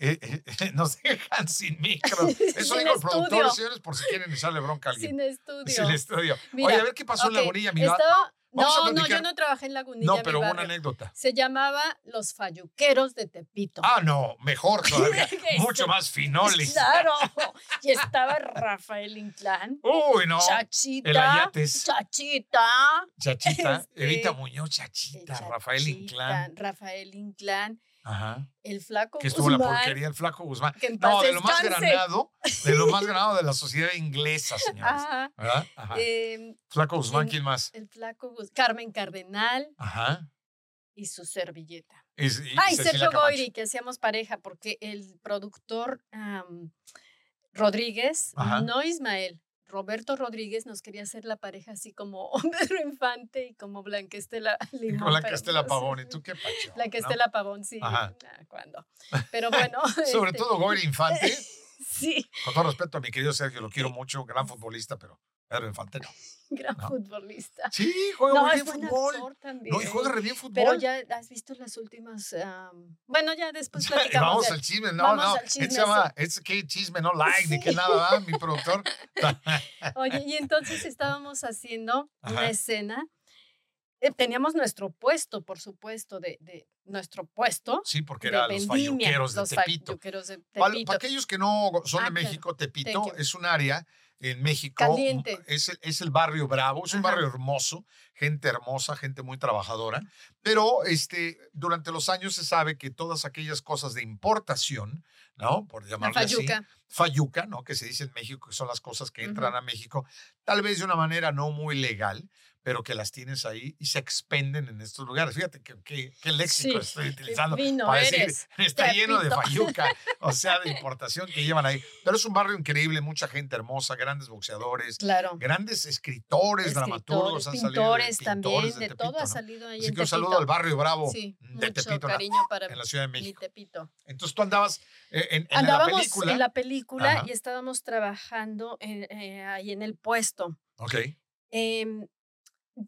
S1: eh, eh, eh, nos dejan sin micro. Eso
S2: Sin
S1: digo el productor,
S2: estudio.
S1: señores, por si quieren echarle bronca a alguien.
S2: sin estudio.
S1: Sin estudio.
S2: Mira,
S1: Oye, a ver qué pasó en
S2: Ok,
S1: Lagunilla, mi va-
S2: estaba-
S1: Vamos a
S2: No, no,
S1: platicar.
S2: yo no trabajé en Lagunilla.
S1: No,
S2: mi
S1: pero hubo una
S2: barrio.
S1: anécdota.
S2: Se llamaba Los Falluqueros de Tepito.
S1: Ah, no, mejor todavía.
S2: ¿Qué
S1: Mucho
S2: es?
S1: más finolis.
S2: Claro. Y estaba Rafael Inclán,
S1: Uy, no.
S2: Chachita,
S1: El Ayates.
S2: Chachita,
S1: Chachita.
S2: Este,
S1: Evita Muñoz, Chachita.
S2: Chachita,
S1: Rafael Inclán.
S2: Rafael Inclán,
S1: Ajá.
S2: el flaco
S1: Que estuvo en la
S2: Oh, Guzmán,
S1: porquería el flaco Guzmán.
S2: Que en paz
S1: No, de lo más
S2: descanse.
S1: granado, de lo más granado de la sociedad inglesa, señores.
S2: Ajá.
S1: ¿Verdad? Ajá.
S2: Ah, Eh,
S1: Flaco Guzmán,
S2: en-
S1: ¿quién más?
S2: el flaco Guz- Carmen Cardenal
S1: Ajá.
S2: y su servilleta.
S1: Es- y
S2: Ay,
S1: Cecilia
S2: Sergio
S1: Camacho.
S2: Goyri, que hacíamos pareja, porque el productor am, Rodríguez,
S1: Ajá.
S2: no Ismael, Roberto Rodríguez nos quería hacer la pareja así como Pedro Infante y como Blanquestela
S1: Y
S2: Limón.
S1: Con la
S2: pero
S1: Castela
S2: no sé.
S1: Pavón. ¿Y tú qué pacho?
S2: La
S1: ¿no?
S2: que esté la Pavón, sí.
S1: Ajá.
S2: ah, ¿Cuándo? Pero bueno.
S1: Sobre
S2: este,
S1: todo Goyri Infante.
S2: Sí,
S1: Con todo respeto a mi querido Sergio, lo quiero mucho, gran futbolista, pero Pedro Infante no.
S2: gran
S1: No.
S2: futbolista.
S1: Sí, juega
S2: No,
S1: muy
S2: es
S1: bien
S2: buen
S1: fútbol.
S2: actor también.
S1: No, y juega re bien fútbol.
S2: Este, Pero ya has visto las últimas. am, bueno, ya después
S1: Ya,
S2: platicamos.
S1: vamos
S2: de-
S1: al chisme, no,
S2: vamos
S1: no.
S2: al chisme,
S1: Él se llama, es que chisme, no like, ni que nada, ¿verdad? Mi productor.
S2: Oye, y entonces estábamos haciendo
S1: Ajá.
S2: una escena. Eh, Teníamos nuestro puesto, por supuesto, de, de nuestro puesto.
S1: Sí, porque
S2: de
S1: era los
S2: vendimia,
S1: falluqueros de
S2: los
S1: Tepito.
S2: falluqueros de
S1: Para,
S2: Tepito.
S1: para aquellos que no son de
S2: Ah, claro.
S1: México, Tepito
S2: Thank you.
S1: es un área en México.
S2: Caliente.
S1: Es el, es el barrio bravo, es un
S2: Ajá.
S1: barrio hermoso, gente hermosa, gente muy trabajadora. Pero este, durante los años se sabe que todas aquellas cosas de importación, ¿no? Por
S2: La
S1: llamarle así,
S2: Fayuca.
S1: fayuca, ¿no? Que se dice en México, que son las cosas que entran a México, tal vez de una manera no muy legal, pero que las tienes ahí y se expenden en estos lugares. Fíjate que- que- qué léxico
S2: Sí,
S1: estoy
S2: Qué
S1: utilizando.
S2: fino
S1: para decir,
S2: eres.
S1: Está lleno de
S2: Tepito.
S1: fayuca, o sea, de importación que llevan ahí. Pero es un barrio increíble, mucha gente hermosa, grandes boxeadores,
S2: Claro.
S1: grandes escritores, dramaturgos, han salido de-
S2: escritores, pintores también,
S1: pintores
S2: de,
S1: Tepito,
S2: todo ha
S1: ¿no?
S2: salido ahí
S1: Así
S2: en
S1: que un saludo
S2: Tepito.
S1: al barrio bravo
S2: Sí,
S1: de
S2: mucho
S1: Tepito, en la-
S2: cariño para
S1: en la Ciudad de
S2: mi
S1: México.
S2: Tepito.
S1: Entonces tú andabas eh, en, en la
S2: Andábamos
S1: película.
S2: en la película
S1: Ajá.
S2: y estábamos trabajando en, eh, ahí en el puesto.
S1: Ok,
S2: Em,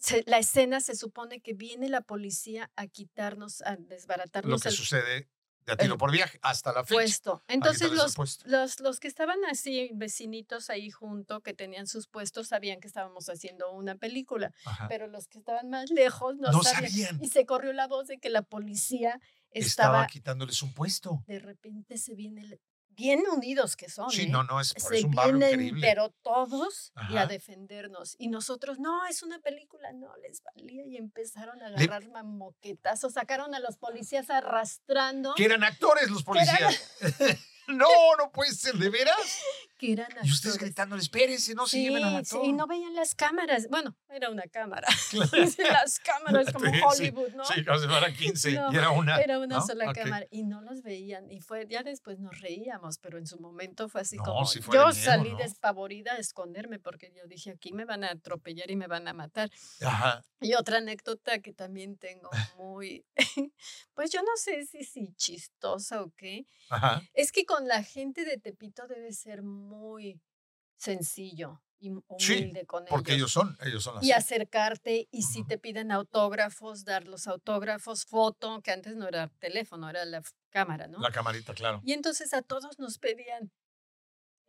S2: se- la escena se supone que viene la policía a quitarnos, a
S1: lo
S2: desbaratarnos
S1: que
S2: el
S1: sucede de a tiro por viaje hasta la fecha.
S2: puesto.
S1: Aquí
S2: Entonces
S1: tal vez el
S2: los,
S1: puesto.
S2: los, los que estaban así, vecinitos ahí junto, que tenían sus puestos, sabían que estábamos haciendo una película.
S1: Ajá.
S2: pero los que estaban más lejos no,
S1: Ah. No
S2: sabían.
S1: sabían.
S2: Y se corrió la voz de que la policía
S1: Estaba
S2: estaba,
S1: quitándoles un puesto.
S2: de repente se viene el- bien unidos que son.
S1: Sí,
S2: ¿eh?
S1: no, no, es,
S2: Se
S1: es un barrio
S2: vienen,
S1: increíble.
S2: pero todos, y
S1: Ajá.
S2: a defendernos. Y nosotros, no, es una película, no, les valía. Y empezaron a agarrar mamoquetazos, sacaron a los policías arrastrando,
S1: Que eran actores los
S2: eran-
S1: policías. no, no puede ser, ¿de veras?
S2: que eran
S1: Y ustedes
S2: actores.
S1: gritándoles, espérense, no se
S2: Sí,
S1: lleven al
S2: sí,
S1: actor.
S2: y no veían las cámaras. Bueno, era una cámara. las cámaras como
S1: Sí,
S2: Hollywood, ¿no?
S1: Sí, hace para 15
S2: No,
S1: y era una.
S2: Era una
S1: ¿no?
S2: sola
S1: Ok.
S2: cámara y no los veían. Y fue, ya después nos reíamos, pero en su momento fue así
S1: No,
S2: como.
S1: sí fue de
S2: yo
S1: miedo,
S2: salí
S1: ¿no?
S2: despavorida a esconderme porque yo dije, aquí me van a atropellar y me van a matar.
S1: Ajá.
S2: Y otra anécdota que también tengo muy. pues yo no sé si, si chistosa o qué.
S1: Ajá.
S2: Es que con la gente de Tepito debe ser muy sencillo y
S1: Sí,
S2: humilde con
S1: Porque ellos
S2: ellos
S1: son, ellos son así.
S2: y acercarte y si
S1: Ujú.
S2: te piden autógrafos, dar los autógrafos, foto, que antes no era teléfono, era la f- cámara, ¿no?
S1: La camarita, claro.
S2: Y entonces a todos nos pedían,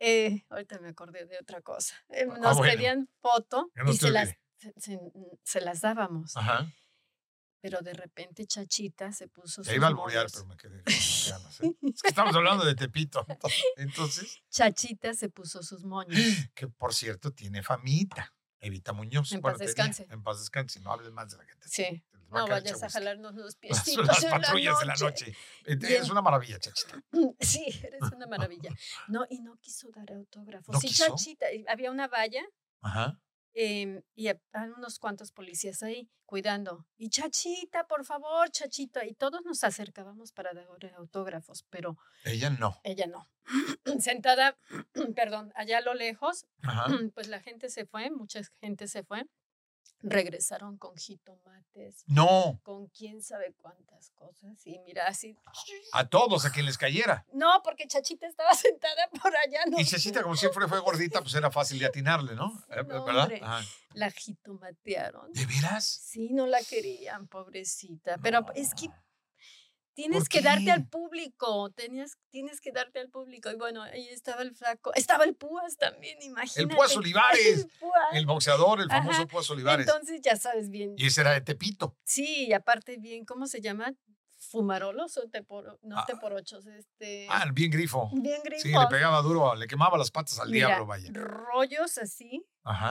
S2: eh, ahorita me acordé de otra cosa, eh,
S1: Ah,
S2: nos
S1: bueno.
S2: pedían foto
S1: Que no
S2: y
S1: te
S2: se las,
S1: olvide.
S2: se, se- se las dábamos,
S1: Ajá.
S2: pero de repente Chachita se puso...
S1: Te
S2: sus
S1: iba a alborear,
S2: moños.
S1: pero me quedé con ganas, ¿eh? Es que estamos hablando de Tepito. Entonces,
S2: Chachita se puso sus moños.
S1: que por cierto, tiene famita. Evita Muñoz.
S2: En
S1: Bueno,
S2: paz
S1: tenía.
S2: descanse.
S1: En paz descanse. No hables más de la gente.
S2: Sí.
S1: Les va
S2: No
S1: caer el
S2: vayas a
S1: chamusca.
S2: jalarnos los
S1: Las,
S2: piecitos
S1: las
S2: en la
S1: patrullas de la
S2: noche.
S1: noche. Eh,
S2: Y
S1: Es
S2: en-
S1: una maravilla, chachita.
S2: Sí, eres una maravilla. No, y no quiso dar autógrafos.
S1: ¿No
S2: sí,
S1: quiso?
S2: Chachita, y había una valla
S1: Ajá.
S2: em, y a- a unos cuantos policías ahí cuidando. Y Chachita, por favor, Chachita. Y todos nos acercábamos para dar autógrafos, pero
S1: Ella no.
S2: ella no. Sentada, perdón, allá a lo lejos,
S1: Ajá.
S2: pues la gente se fue, mucha gente se fue. Regresaron con jitomates,
S1: No.
S2: con quién sabe cuántas cosas. Y mira, así.
S1: A todos, a quien les cayera.
S2: No, porque Chachita estaba sentada por allá. No
S1: Y Chachita, como siempre fue gordita, pues era fácil de atinarle, ¿no?
S2: Sí,
S1: Eh,
S2: no,
S1: ¿Verdad?
S2: hombre.
S1: Ajá.
S2: La jitomatearon.
S1: ¿De veras?
S2: Sí, no la querían, pobrecita. Pero
S1: No.
S2: es que tienes
S1: ¿Por
S2: que darte
S1: qué?
S2: al público. Tenías, tienes que darte al público. Y bueno, ahí estaba el flaco. Estaba el Púas también, imagínate.
S1: Púas Olivares,
S2: El Púas.
S1: El boxeador, el famoso
S2: Ajá.
S1: Púas Olivares.
S2: Entonces, ya sabes bien.
S1: y ese era de Tepito.
S2: Sí, y aparte bien, ¿cómo se llama? Fumarolos o teporo, no
S1: Ah.
S2: teporochos, este.
S1: Ah, bien grifo.
S2: Bien grifos.
S1: Sí, le pegaba duro, le quemaba las patas al
S2: Mira,
S1: diablo, vaya.
S2: rollos así,
S1: Ajá.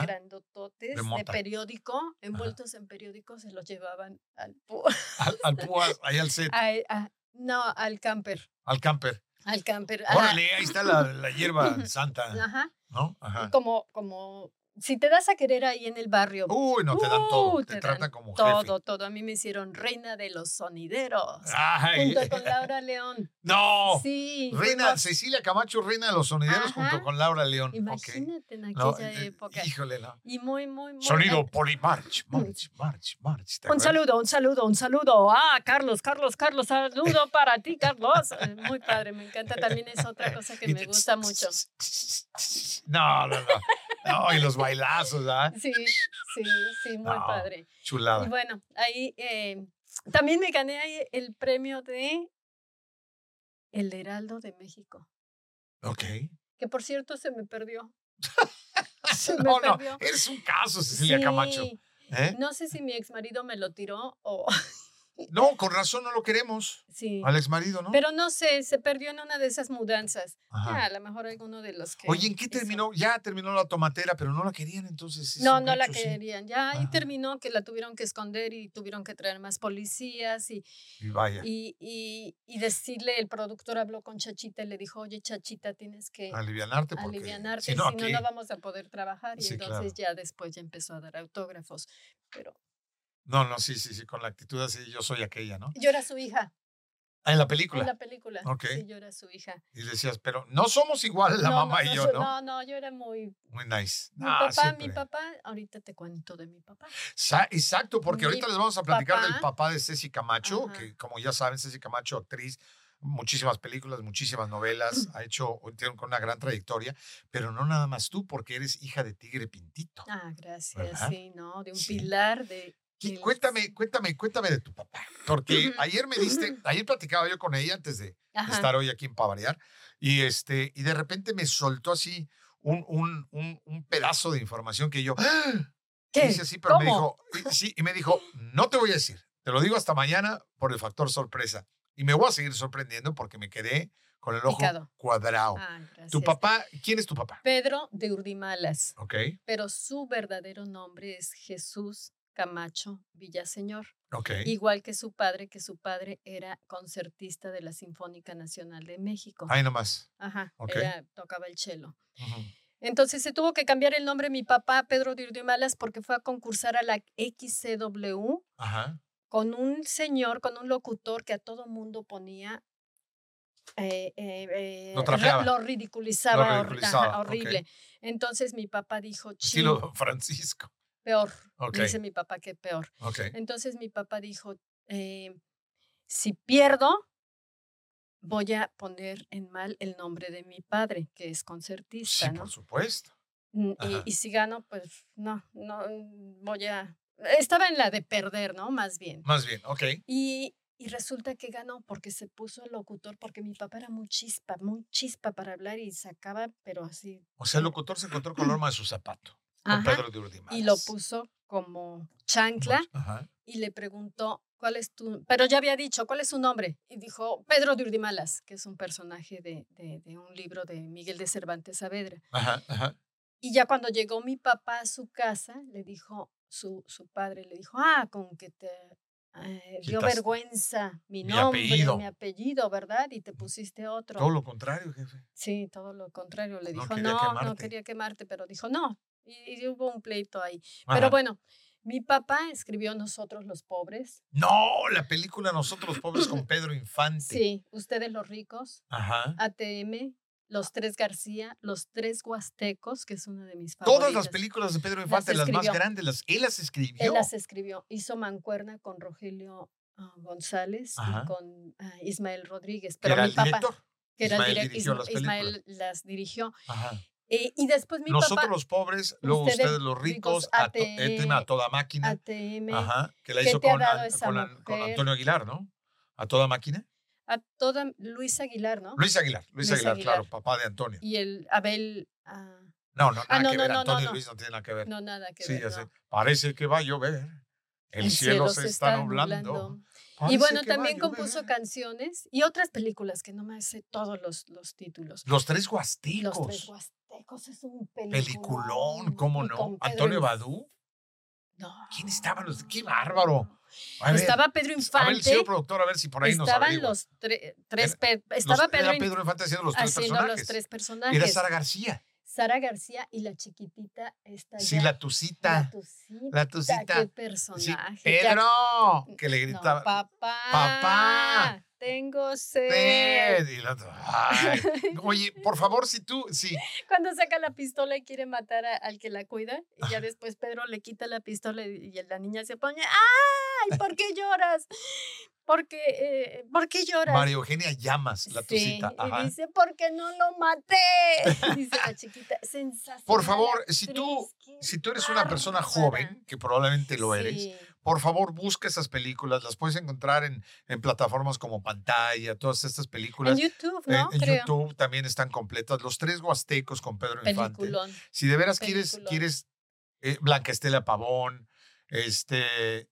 S1: De
S2: grandototes, de
S1: mota.
S2: periódico, envueltos en periódico, se los llevaban al Púas.
S1: Al, al púas, ahí al set,
S2: Ay, ah, no, al camper.
S1: al camper.
S2: Al camper. ajá,
S1: Órale, ahí está la, la hierba santa,
S2: Ajá.
S1: ¿no?
S2: y
S1: Ajá.
S2: Como, como, si te das a querer ahí en el barrio.
S1: Uy, no te dan todo,
S2: Uh,
S1: te,
S2: te
S1: tratan
S2: dan
S1: como Uh, jefe.
S2: todo, todo. A mí me hicieron reina de los sonideros.
S1: Ay,
S2: Junto con Laura León.
S1: no.
S2: Sí.
S1: Reina,
S2: fuimos-
S1: Cecilia Camacho, reina de los sonideros
S2: Ajá.
S1: junto con Laura León. Ok.
S2: Imagínate en
S1: No,
S2: aquella
S1: eh,
S2: época.
S1: Híjole, no.
S2: Y muy, muy, muy.
S1: Sonido Polimarch, March, March, March. ¿te
S2: Un
S1: acuerdas?
S2: saludo, un saludo, un saludo. Ah, Carlos, Carlos, Carlos, saludo para ti, Carlos. Eh, Muy padre, me encanta. También es otra cosa que
S1: Y
S2: me
S1: te-
S2: gusta mucho.
S1: No, no, no. No, y los bailazos, ¿ah?
S2: Sí, sí, sí, muy
S1: No.
S2: padre. Y
S1: Chulada.
S2: bueno, ahí eh, también me gané ahí el premio de El Heraldo de México,
S1: Ok.
S2: que por cierto se me perdió. Se me
S1: No, Oh, no,
S2: perdió.
S1: es un caso, Cecilia Camacho.
S2: Sí,
S1: ¿eh?
S2: No sé si mi ex marido me lo tiró o
S1: No, con razón no lo queremos.
S2: sí.
S1: Al ex marido, ¿no?
S2: Pero no sé, se perdió en una de esas mudanzas.
S1: Ajá.
S2: Ah, a lo mejor alguno de los que.
S1: Oye, ¿en qué
S2: hizo.
S1: terminó? Ya terminó la tomatera, pero no la querían entonces. es
S2: No,
S1: un
S2: no la
S1: gacho, sí.
S2: querían. Ya ahí
S1: Ajá.
S2: terminó que la tuvieron que esconder y tuvieron que traer más policías y
S1: Y vaya,
S2: y, y, y decirle, el productor habló con Chachita y le dijo, oye Chachita, tienes que
S1: alivianarte porque.
S2: alivianarte,
S1: si no,
S2: si no,
S1: aquí-
S2: no vamos a poder trabajar. Y
S1: Sí,
S2: entonces ya después ya empezó a dar autógrafos. Pero
S1: No, no, sí, sí, sí, con la actitud así, yo soy aquella, ¿no?
S2: yo era su hija,
S1: Ah, en la
S2: en
S1: película.
S2: la película.
S1: Ok.
S2: Sí, yo era su hija.
S1: Y decías, pero no somos igual la
S2: No, no,
S1: mamá
S2: no,
S1: y yo,
S2: su-
S1: ¿no?
S2: No, no, yo era muy...
S1: Muy nice.
S2: Mi
S1: Ah,
S2: papá, mi
S1: siempre.
S2: papá, ahorita te cuento de mi papá.
S1: Sa- Exacto, porque
S2: Mi
S1: ahorita les vamos a platicar del
S2: papá.
S1: papá de Ceci Camacho,
S2: Ajá.
S1: que como ya saben, Ceci Camacho, actriz, muchísimas películas, muchísimas novelas, ha hecho, tiene una gran trayectoria, pero no nada más tú, porque eres hija de Tigre Pintito.
S2: Ah, gracias,
S1: ¿Verdad?
S2: sí, ¿no? De un
S1: Sí.
S2: pilar de...
S1: Y
S2: del-
S1: cuéntame, cuéntame, cuéntame de tu papá, porque ayer me diste, ayer platicaba yo con ella antes de,
S2: Ajá.
S1: estar hoy aquí en Pavarear. Y, este, y de repente me soltó así un, un, un, un pedazo de información que yo ¡Ah!
S2: ¿Qué?
S1: hice así, pero me
S2: ¿Cómo?
S1: dijo, y, sí, y me dijo, no te voy a decir, te lo digo hasta mañana por el factor sorpresa. Y me voy a seguir sorprendiendo porque me quedé con el ojo
S2: Picado. Ah,
S1: cuadrado.
S2: Ay, gracias.
S1: ¿Tu papá? ¿Quién es tu papá?
S2: Pedro de Urdimalas,
S1: Ok,
S2: pero su verdadero nombre es Jesús Camacho Villaseñor,
S1: ok.
S2: igual que su padre, que su padre era concertista de la Sinfónica Nacional de México.
S1: Ahí nomás.
S2: Ajá,
S1: ok.
S2: era- tocaba el cello.
S1: Ujú.
S2: Entonces se tuvo que cambiar el nombre de mi papá, Pedro de Urdimalas, porque fue a concursar a la XCW
S1: Ajá.
S2: con un señor, con un locutor que a todo mundo ponía. eh, eh, eh,
S1: Lo
S2: ra-
S1: trapeaba.
S2: lo ridiculizaba, hor- ajá,
S1: ridiculizaba, ok.
S2: horrible. Entonces mi papá dijo,
S1: Estilo
S2: "Chin,
S1: Francisco.
S2: peor.
S1: Ok,
S2: Dice mi papá que peor.
S1: ok.
S2: Entonces mi papá dijo, eh, si pierdo, voy a poner en mal el nombre de mi padre, que es concertista,
S1: Sí,
S2: ¿no?
S1: por supuesto.
S2: Mm, Y,
S1: Ajá.
S2: y si gano, pues no, no mm, voy a... Estaba en la de perder, ¿no? Más bien.
S1: Más bien, ok.
S2: Y, y resulta que ganó porque se puso el locutor, porque mi papá era muy chispa, muy chispa para hablar y sacaba, pero así.
S1: O sea, el locutor se encontró con Norma de su zapato, con
S2: Ajá,
S1: Pedro de Urdimalas.
S2: y lo puso como chancla
S1: Ajá.
S2: y le preguntó, ¿cuál es tu...? Pero ya había dicho, ¿cuál es su nombre? Y dijo, Pedro de Urdimalas, que es un personaje de, de- de un libro de Miguel de Cervantes Saavedra.
S1: Ajá, ajá.
S2: Y ya cuando llegó mi papá a su casa, le dijo, su, su padre le dijo, ah, con que te eh, dio
S1: Quitaste
S2: vergüenza mi,
S1: mi
S2: nombre,
S1: apellido".
S2: mi apellido, ¿verdad? Y te pusiste otro.
S1: Todo lo contrario, jefe.
S2: Sí, todo lo contrario. Le
S1: No
S2: dijo,
S1: quería
S2: no, no
S1: quemarte".
S2: quería quemarte, pero dijo, no. Y, y hubo un pleito ahí.
S1: Ajá.
S2: Pero bueno, mi papá escribió Nosotros los Pobres.
S1: No, la película Nosotros los Pobres con Pedro Infante.
S2: Sí, ustedes los ricos,
S1: Ajá.
S2: ATM, Los Tres García, Los Tres Huastecos, que es una de mis favoritas.
S1: Todas las películas de Pedro Infante, las, más
S2: escribió.
S1: grandes, las, él las escribió.
S2: Él las escribió, hizo mancuerna con Rogelio ah, González
S1: Ajá.
S2: y con ah, Ismael Rodríguez,
S1: que
S2: pero
S1: era
S2: mi
S1: el
S2: papá,
S1: director.
S2: que era
S1: Ismael
S2: el
S1: dirigió
S2: director,
S1: las
S2: Ismael las dirigió.
S1: Ajá.
S2: Eh, y después mi
S1: Nosotros
S2: papá,
S1: los pobres, luego ustedes,
S2: Ustedes
S1: los ricos,
S2: ricos,
S1: a, to-
S2: ATM,
S1: eh, tema a toda máquina.
S2: ATM,
S1: Ajá, que la
S2: ¿Qué
S1: hizo
S2: te ha
S1: con,
S2: dado
S1: An-
S2: esa
S1: con An- con
S2: mujer?
S1: Antonio Aguilar, ¿no? A toda máquina.
S2: a toda Luis Aguilar, ¿no?
S1: Luis Aguilar, Luis,
S2: Luis
S1: Aguilar,
S2: Aguilar.
S1: claro, papá de Antonio.
S2: Y el Abel, ah,
S1: No, no, nada
S2: Ah, no,
S1: que
S2: no,
S1: ver.
S2: no, no,
S1: Antonio y
S2: no.
S1: Luis no tienen nada que ver.
S2: no nada que
S1: sí,
S2: ver.
S1: ya
S2: no.
S1: sé. Parece que va a llover. El, cielo, se está, nublando. Parece
S2: Y bueno,
S1: que va a
S2: también
S1: llover. ¿eh?
S2: compuso canciones y otras películas que no me sé todos los, los títulos.
S1: Los tres
S2: Los
S1: huastecos.
S2: Tres Huastecos es un peliculón.
S1: Peliculón, ¿cómo
S2: y
S1: no?
S2: con Pedro
S1: Antonio
S2: Inf-
S1: Badú.
S2: No.
S1: ¿Quién estaban los- qué bárbaro? A ver,
S2: estaba Pedro
S1: a ver, señor
S2: Infante.
S1: productor, a ver si por ahí nos
S2: Estaban
S1: averigua.
S2: los tre- tres.
S1: Era-
S2: pe-
S1: Los-
S2: estaba Pedro,
S1: era
S2: Inf-
S1: Pedro Infante haciendo los tres
S2: haciendo
S1: personajes.
S2: los tres personajes.
S1: Era Sara García.
S2: Sara García y la chiquitita esta.
S1: Sí,
S2: ya,
S1: la tucita.
S2: Tucita.
S1: La tucita.
S2: Qué personaje.
S1: Sí,
S2: qué
S1: Pedro, que le
S2: No,
S1: gritaba.
S2: papá.
S1: Papá.
S2: Tengo sed.
S1: "Ted", y el otro, "Ay". Oye, por favor, si tú, si
S2: Cuando saca la pistola y quiere matar a- al que la cuida, y ya después Pedro le quita la pistola y y la niña se pone, ¡ay! ¿Por qué lloras? ¿Por qué, eh, ¿por qué lloras?
S1: María Eugenia Llamas, la
S2: Sí,
S1: tucita.
S2: Y
S1: Ajá.
S2: dice, porque no lo maté. Dice la chiquita, sensacional.
S1: Por favor, si tú-
S2: actriz, qué
S1: Si tú eres una persona
S2: bárbara".
S1: joven, que probablemente lo eres,
S2: "Ah, Sí.
S1: por favor busca esas películas. Las puedes encontrar en, en plataformas como pantalla, todas estas
S2: En
S1: películas.
S2: YouTube,
S1: En-
S2: ¿no?
S1: en
S2: Creo.
S1: YouTube también están completas. Los tres huastecos con Pedro Infante.
S2: Peliculón.
S1: Si de veras quieres,
S2: Peliculón.
S1: quieres eh, Blanca Estela Pavón, este,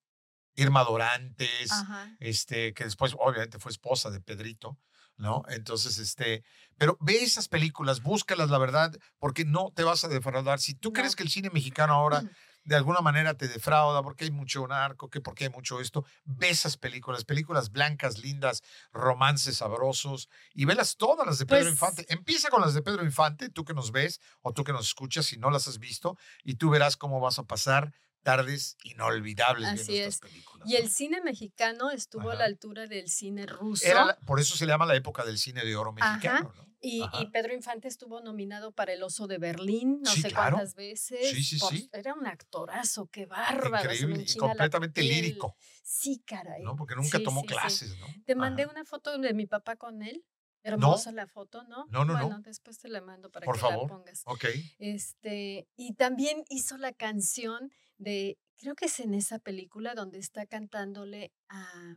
S1: Irma Dorantes,
S2: Ajá.
S1: este, que después obviamente fue esposa de Pedrito, ¿no? Entonces, este, pero ve esas películas, búscalas, la verdad, porque no te vas a defraudar. Si tú
S2: No.
S1: crees que el cine mexicano ahora de alguna manera te defrauda, porque hay mucho narco, que porque hay mucho esto, ve esas películas, películas blancas, lindas, romances sabrosos, y velas todas las de Pedro
S2: Pues-
S1: Infante. Empieza con las de Pedro Infante, tú que nos ves o tú que nos escuchas, si no las has visto, y tú verás cómo vas a pasar tardes inolvidables
S2: Así
S1: viendo
S2: es.
S1: estas películas.
S2: Y
S1: ¿no?
S2: el cine mexicano estuvo a
S1: Ajá.
S2: la altura del cine ruso.
S1: Era la- por eso se le llama la época del cine de oro
S2: Ajá.
S1: mexicano, ¿no?
S2: Y,
S1: Ajá.
S2: y Pedro Infante estuvo nominado para el Oso de Berlín, no
S1: Sí,
S2: sé
S1: claro.
S2: cuántas veces.
S1: Sí, sí, sí.
S2: Era un actorazo, qué bárbaro. se me
S1: Increíble y
S2: enchina la
S1: completamente
S2: piel.
S1: lírico,
S2: Sí, caray.
S1: ¿no? Porque nunca
S2: Sí,
S1: tomó
S2: sí, sí.
S1: clases, ¿no?
S2: Te mandé
S1: Ajá.
S2: una foto de mi papá con él. Hermosa la foto, ¿no?
S1: No, no, no.
S2: Bueno, después te la mando para
S1: Por
S2: que
S1: favor.
S2: la pongas.
S1: Ok.
S2: Este, y también hizo la canción de, creo que es en esa película donde está cantándole a,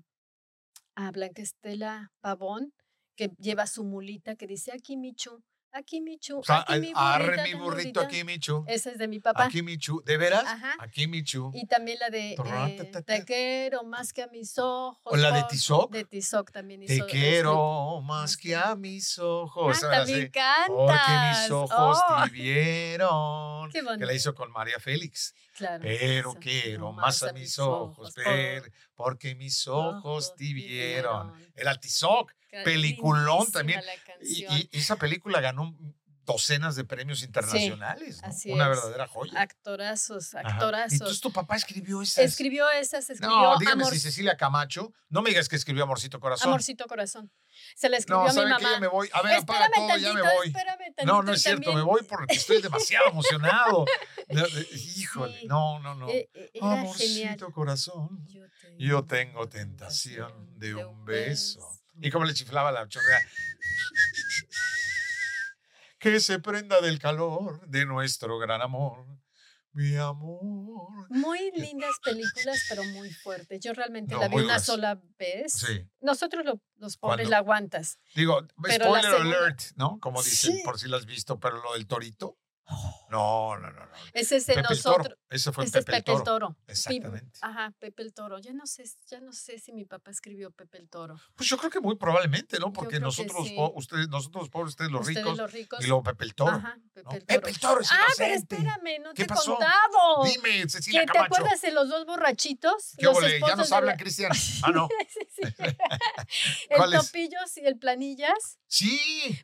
S2: a Blanca Estela Pavón, que lleva su mulita que dice, aquí Michu, Aquí Michu.
S1: O sea,
S2: aquí mi
S1: arre
S2: burrita,
S1: mi
S2: tan
S1: burrito,
S2: gordita.
S1: aquí Michu.
S2: Esa es de mi papá.
S1: Aquí Michu. ¿De veras?
S2: Ajá.
S1: Aquí Michu.
S2: Y también la de
S1: Torra,
S2: eh,
S1: ta, ta, ta.
S2: Te quiero más que a mis ojos.
S1: ¿O la de
S2: por-
S1: Tizoc?
S2: De Tizoc también hizo.
S1: Te
S2: es
S1: quiero más
S2: más
S1: que a mis
S2: mi-
S1: ojos.
S2: Ah,
S1: Ahora
S2: también
S1: sí.
S2: cantas.
S1: Porque mis ojos
S2: Oh,
S1: te vieron.
S2: Qué
S1: Que
S2: bonito.
S1: la hizo con María Félix.
S2: Claro.
S1: Pero
S2: Eso.
S1: quiero más a mis ojos
S2: por-
S1: ver, porque mis ojos te
S2: te
S1: vieron.
S2: vieron.
S1: El Atizoc. Peliculón también.
S2: Lindísima la
S1: Y,
S2: canción.
S1: y esa película ganó docenas de premios internacionales. ¿no?
S2: así
S1: Una
S2: es.
S1: verdadera joya.
S2: Actorazos,
S1: Ajá.
S2: actorazos.
S1: Entonces tu papá escribió esas.
S2: Escribió esas, escribió
S1: no, dígame
S2: Amor-
S1: si Cecilia Camacho. No me digas que escribió Amorcito Corazón.
S2: Amorcito Corazón. Se la escribió
S1: no,
S2: a mi
S1: ¿saben
S2: mamá.
S1: que ya me voy. A ver, apaga
S2: espérame
S1: todo,
S2: tantito,
S1: ya me voy.
S2: espérame tantito.
S1: No, no
S2: y
S1: es cierto,
S2: también,
S1: me voy porque estoy demasiado emocionado. No, eh, Híjole,
S2: Sí.
S1: no, no, no.
S2: eh, eh, Era genial.
S1: Amorcito corazón, yo tengo tentación de un beso. ¿Y cómo le chiflaba la chorrea? Que se prenda del calor de nuestro gran amor, mi amor.
S2: Muy lindas películas, pero muy fuertes. Yo realmente
S1: No,
S2: la vi
S1: muy
S2: una
S1: duras.
S2: sola vez.
S1: Sí,
S2: Nosotros lo- los pobres
S1: ¿Cuándo?
S2: la aguantas.
S1: digo,
S2: Pero la
S1: spoiler
S2: segunda-
S1: alert, ¿no? Como dicen,
S2: Sí.
S1: por si la has visto, pero lo del torito. No, no, no. no.
S2: Ese es de
S1: Pepe el
S2: nosotros.
S1: Toro. Ese fue
S2: Ese es
S1: Pepe, el Toro.
S2: Toro. Sí,
S1: Exactamente.
S2: Ajá, Pepe el Toro. Ya no sé, ya no sé si mi papá escribió Pepe el Toro.
S1: Pues yo creo que muy probablemente, ¿no? Porque
S2: creo que
S1: nosotros, los
S2: sí.
S1: po- ustedes, nosotros los pobres, ustedes los
S2: Ustedes
S1: ricos,
S2: los ricos.
S1: y luego Pepe el Toro.
S2: Ajá, Pepe
S1: ¿no?
S2: el Toro.
S1: Pepe el Toro es
S2: Ah, pero
S1: inocente.
S2: espérame, no
S1: ¿Qué
S2: te he
S1: pasó?
S2: contado.
S1: Dime,
S2: ¿Que
S1: Cecilia
S2: ¿Te
S1: Camacho.
S2: acuerdas de los dos borrachitos?
S1: ¿Qué
S2: Los
S1: ole? Ya
S2: esposos
S1: nos
S2: de
S1: habla
S2: la-
S1: Cristian. Ah, no.
S2: Sí, sí. el
S1: ¿Cuáles?
S2: Topillos y el Planillas.
S1: Sí,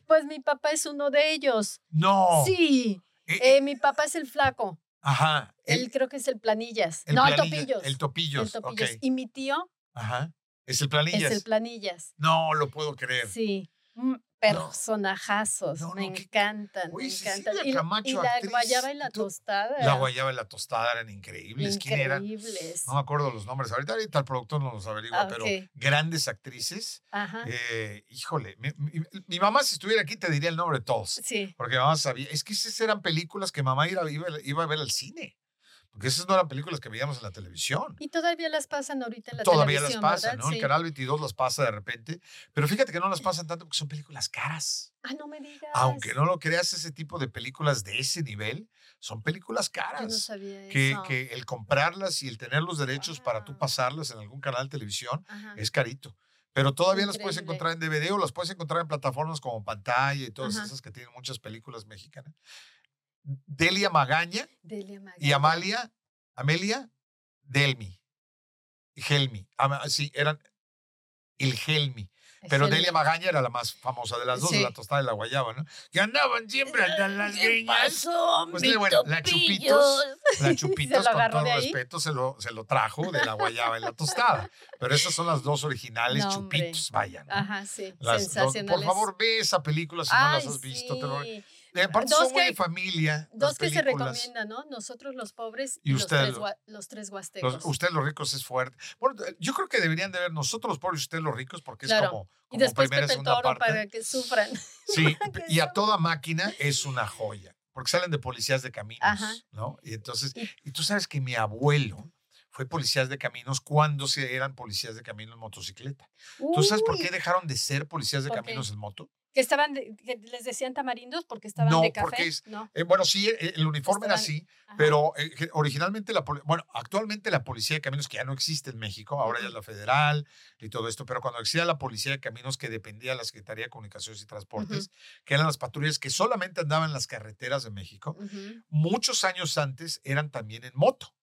S2: Pues mi papá es uno de ellos.
S1: no.
S2: Sí.
S1: Eh, eh,
S2: eh, mi papá es el flaco.
S1: ajá.
S2: Él creo que es el Planillas.
S1: el
S2: no,
S1: planilla-
S2: el Topillos.
S1: El topillos.
S2: El
S1: ok.
S2: Topillos. Y mi tío
S1: Ajá. Es el planillas.
S2: es el Planillas.
S1: No lo puedo creer.
S2: Sí. Mm, Personajazos.
S1: No, no,
S2: me
S1: qué-
S2: encantan.
S1: Oye,
S2: me
S1: Cecilia
S2: encantan. Y, y
S1: Camacho,
S2: la
S1: actriz,
S2: guayaba y la
S1: tú-
S2: tostada.
S1: La guayaba y la tostada eran increíbles. ¿Quién eran?
S2: Increíbles.
S1: No me acuerdo los nombres. Ahorita, ahorita el productor nos los averigua,
S2: Ah,
S1: pero
S2: ok.
S1: grandes actrices.
S2: Ajá.
S1: Eh, híjole, mi, mi- mi mamá si estuviera aquí te diría el nombre de todos.
S2: Sí.
S1: Porque mamá sabía, es que esas eran películas que mamá iba, iba, iba a ver al cine. Porque esas no eran películas que veíamos en la televisión.
S2: Y todavía las pasan ahorita en la
S1: Todavía las
S2: televisión.
S1: pasan,
S2: ¿verdad?
S1: ¿no?
S2: Sí.
S1: El Canal 22 las pasa de repente. Pero fíjate que no las pasan tanto porque son películas caras.
S2: Ah, no me digas.
S1: Aunque no lo creas, ese tipo de películas de ese nivel son películas
S2: Yo no
S1: caras.
S2: sabía
S1: que,
S2: eso. Ah.
S1: que el comprarlas y el tener los derechos para tú
S2: Guau.
S1: pasarlas en algún canal de televisión
S2: Ajá.
S1: es carito. Pero todavía las puedes
S2: Increíble.
S1: encontrar en DVD o las puedes encontrar en plataformas como Pantalla y todas
S2: Ajá.
S1: esas que tienen muchas películas mexicanas. Delia Magaña
S2: Delia Magaña.
S1: y Amalia, Amelia, Delmi, Helmi. Ama- Sí, eran el Helmi. Pero
S2: Excelente.
S1: Delia Magaña era la más famosa de las dos, de la
S2: Sí. Eh,
S1: tostada de la guayaba, ¿no? Que andaban siempre hasta las greñas.
S2: pasó,
S1: Pues,
S2: mi
S1: bueno, la Chupitos,
S2: Topillos?
S1: La
S2: Se
S1: Chupitos,
S2: lo
S1: con
S2: agarró
S1: todo
S2: de ahí.
S1: respeto, se lo, se lo trajo de la guayaba y la tostada. Pero esas son las dos originales
S2: No, hombre.
S1: Chupitos, vayan.
S2: Ajá, sí.
S1: Sensacionales.
S2: sensacionales.
S1: por favor, ve esa película si no
S2: Ay,
S1: las has visto. te lo-
S2: sí.
S1: Eh, aparte,
S2: Dos
S1: son muy
S2: que-
S1: de familia. las
S2: Dos que se
S1: películas.
S2: recomiendan, ¿no? Nosotros los pobres
S1: Y
S2: y, los,
S1: ustedes
S2: tres,
S1: lo-
S2: gua- los tres huastecos.
S1: Los, usted los ricos es fuerte. Bueno, yo creo que deberían de ver nosotros los pobres y ustedes los ricos porque es
S2: Claro.
S1: como,
S2: y
S1: como
S2: después
S1: primera y
S2: Pepe el
S1: segunda
S2: Toro
S1: parte.
S2: para que sufran.
S1: Sí,
S2: que
S1: y a
S2: son-
S1: toda máquina es una joya porque salen de policías de caminos,
S2: Ajá.
S1: ¿no? Y entonces,
S2: Y-
S1: y tú sabes que mi abuelo fue policías de caminos cuando se eran policías de caminos en motocicleta. ¿Tú sabes por
S2: Uy,
S1: qué dejaron de ser policías de
S2: ¿Por qué?
S1: caminos en moto?
S2: Que estaban, de- que les decían tamarindos porque estaban
S1: No,
S2: de
S1: porque
S2: café.
S1: es-
S2: No,
S1: Eh, bueno, sí, eh, el uniforme era
S2: Estaban-
S1: así,
S2: ajá.
S1: Pero eh, que originalmente la poli- bueno, actualmente la policía de caminos que ya no existe en México, ahora ya es la federal y todo esto, pero cuando existía la policía de caminos que dependía de la Secretaría de Comunicaciones y Transportes, que eran las patrullas que solamente andaban en las carreteras de México,
S2: Ujú.
S1: muchos años antes eran también en moto.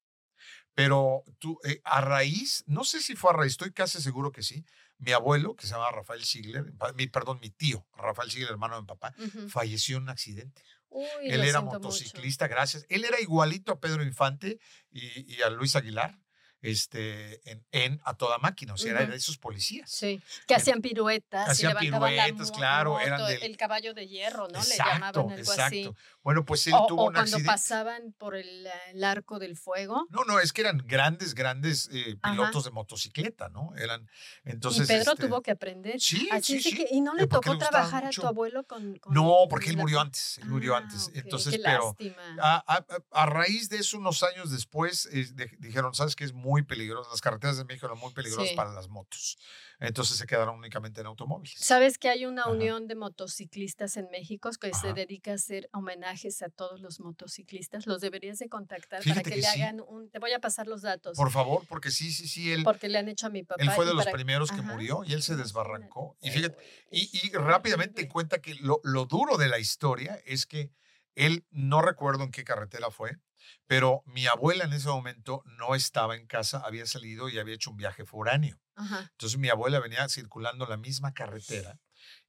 S1: Pero tú, eh, a raíz, no sé si fue a raíz, estoy casi seguro que sí, mi abuelo, que se llama Rafael Sigler, mi, perdón, mi tío, Rafael Sigler, hermano de mi papá,
S2: Ujú.
S1: falleció en un accidente.
S2: Uy,
S1: Él era
S2: lo siento mucho.
S1: motociclista, gracias. Él era igualito a Pedro Infante y, y a Luis Aguilar este, en, en A Toda Máquina. O sea, era
S2: Ujú.
S1: de esos policías.
S2: Sí, que hacían piruetas. y
S1: Hacían
S2: levantaban la
S1: piruetas,
S2: mo-
S1: claro, eran
S2: moto,
S1: del-
S2: El caballo de hierro, ¿no? Le llamaban algo así.
S1: Bueno, pues él
S2: o
S1: tuvo
S2: o
S1: un
S2: cuando
S1: accidente.
S2: pasaban por el, eh, el arco del fuego.
S1: No, no, es que eran grandes, grandes eh,
S2: Ajá.
S1: pilotos de motocicleta, ¿no? Eran, entonces...
S2: y Pedro
S1: este,
S2: tuvo que aprender.
S1: Sí,
S2: Así
S1: sí,
S2: es de
S1: sí.
S2: que, y no
S1: Eh,
S2: le
S1: porque
S2: tocó
S1: gustaba
S2: trabajar a
S1: mucho.
S2: tu abuelo con. con-
S1: No, porque él
S2: la-
S1: murió antes, él murió
S2: Ah,
S1: antes.
S2: ok,
S1: Entonces,
S2: qué
S1: pero
S2: lástima.
S1: a, a- a- a raíz de eso, unos años después, eh, de- dijeron, ¿sabes qué? Es muy muy peligrosas, las carreteras de México eran muy peligrosas
S2: Sí.
S1: para las motos. Entonces se quedaron únicamente en automóviles.
S2: Sabes que hay una
S1: Ajá.
S2: unión de motociclistas en México que
S1: Ajá.
S2: se dedica a hacer homenajes a todos los motociclistas. Los deberías de contactar
S1: Fíjate
S2: para
S1: que
S2: que, le
S1: sí.
S2: hagan un. Te voy a pasar los datos
S1: Por favor, porque sí, sí, sí, él,
S2: porque le han hecho a mi papá.
S1: él fue
S2: y
S1: de los
S2: para-
S1: primeros que
S2: Ajá.
S1: murió y él se desbarrancó. Y fíjate, y, y
S2: Es
S1: rápidamente
S2: horrible.
S1: cuenta que lo, lo duro de la historia es que él, no recuerdo en qué carretera fue, pero mi abuela en ese momento no estaba en casa, había salido y había hecho un viaje foráneo.
S2: Ajá.
S1: Entonces mi abuela venía circulando la misma carretera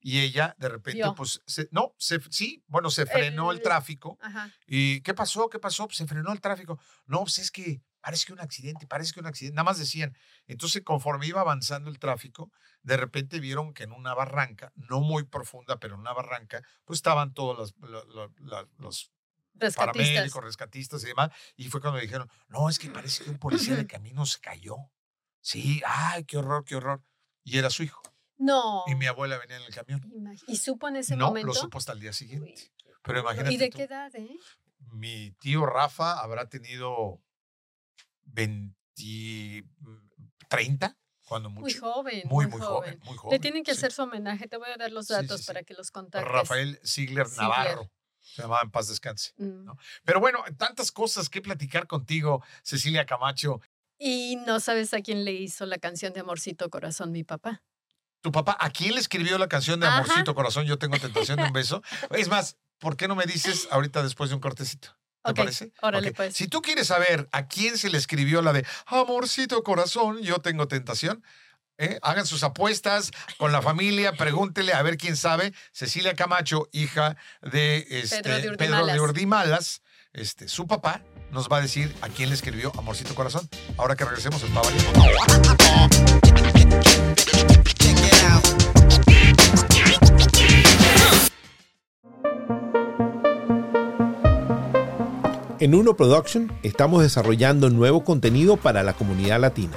S1: y ella de repente,
S2: Vio.
S1: pues, se- no, se, sí, bueno, se frenó el
S2: El-
S1: tráfico.
S2: Ajá.
S1: ¿Y qué pasó? ¿Qué pasó? Pues se frenó el tráfico. No, pues es que parece que un accidente, parece que un accidente. Nada más decían. Entonces, conforme iba avanzando el tráfico, de repente vieron que en una barranca, no muy profunda, pero en una barranca, pues estaban todos los, lo- lo- la- los
S2: Rescatistas.
S1: paramédicos, rescatistas y demás. Y fue cuando dijeron, no, es que parece que un policía de camino se cayó. Sí, ay, qué horror, qué horror. Y era su hijo.
S2: No.
S1: Y mi abuela venía en el camión.
S2: Imag- ¿Y supo en ese
S1: no,
S2: momento?
S1: lo supo hasta el día
S2: Uy,
S1: siguiente.
S2: qué
S1: Pero
S2: duro.
S1: imagínate
S2: ¿Y de
S1: tú.
S2: qué edad, eh?
S1: mi tío Rafa habrá tenido 20, 30 mm, cuando mucho.
S2: Muy joven.
S1: muy, muy joven. muy joven.
S2: Le tienen que
S1: sí.
S2: hacer su homenaje. Te voy a dar los
S1: Sí, sí,
S2: datos
S1: sí.
S2: para que los contactes.
S1: Rafael Ziegler
S2: Ziegler.
S1: Navarro. Se llamaba en paz descanse.
S2: Mm.
S1: ¿no? Pero bueno, tantas cosas que platicar contigo, Cecilia Camacho.
S2: Y no sabes a quién le hizo la canción de Amorcito Corazón, mi papá.
S1: Tu papá, ¿a quién le escribió la canción de
S2: Ajá.
S1: Amorcito Corazón? Yo tengo tentación de un beso. Es más, ¿por qué no me dices ahorita después de un cortecito? ¿Te
S2: Ok,
S1: parece?
S2: órale,
S1: Ok.
S2: pues.
S1: Si tú quieres saber a quién se le escribió la de Amorcito Corazón, yo tengo tentación, ¿eh? hagan sus apuestas con la familia, pregúntele a ver quién sabe. Cecilia Camacho, hija de, este,
S2: Pedro de Urdimalas.
S1: Urdimalas, este, su papá, nos va a decir a quién le escribió Amorcito Corazón. Ahora que regresemos en Pavaría.
S3: En Uno Production estamos desarrollando nuevo contenido para la comunidad latina.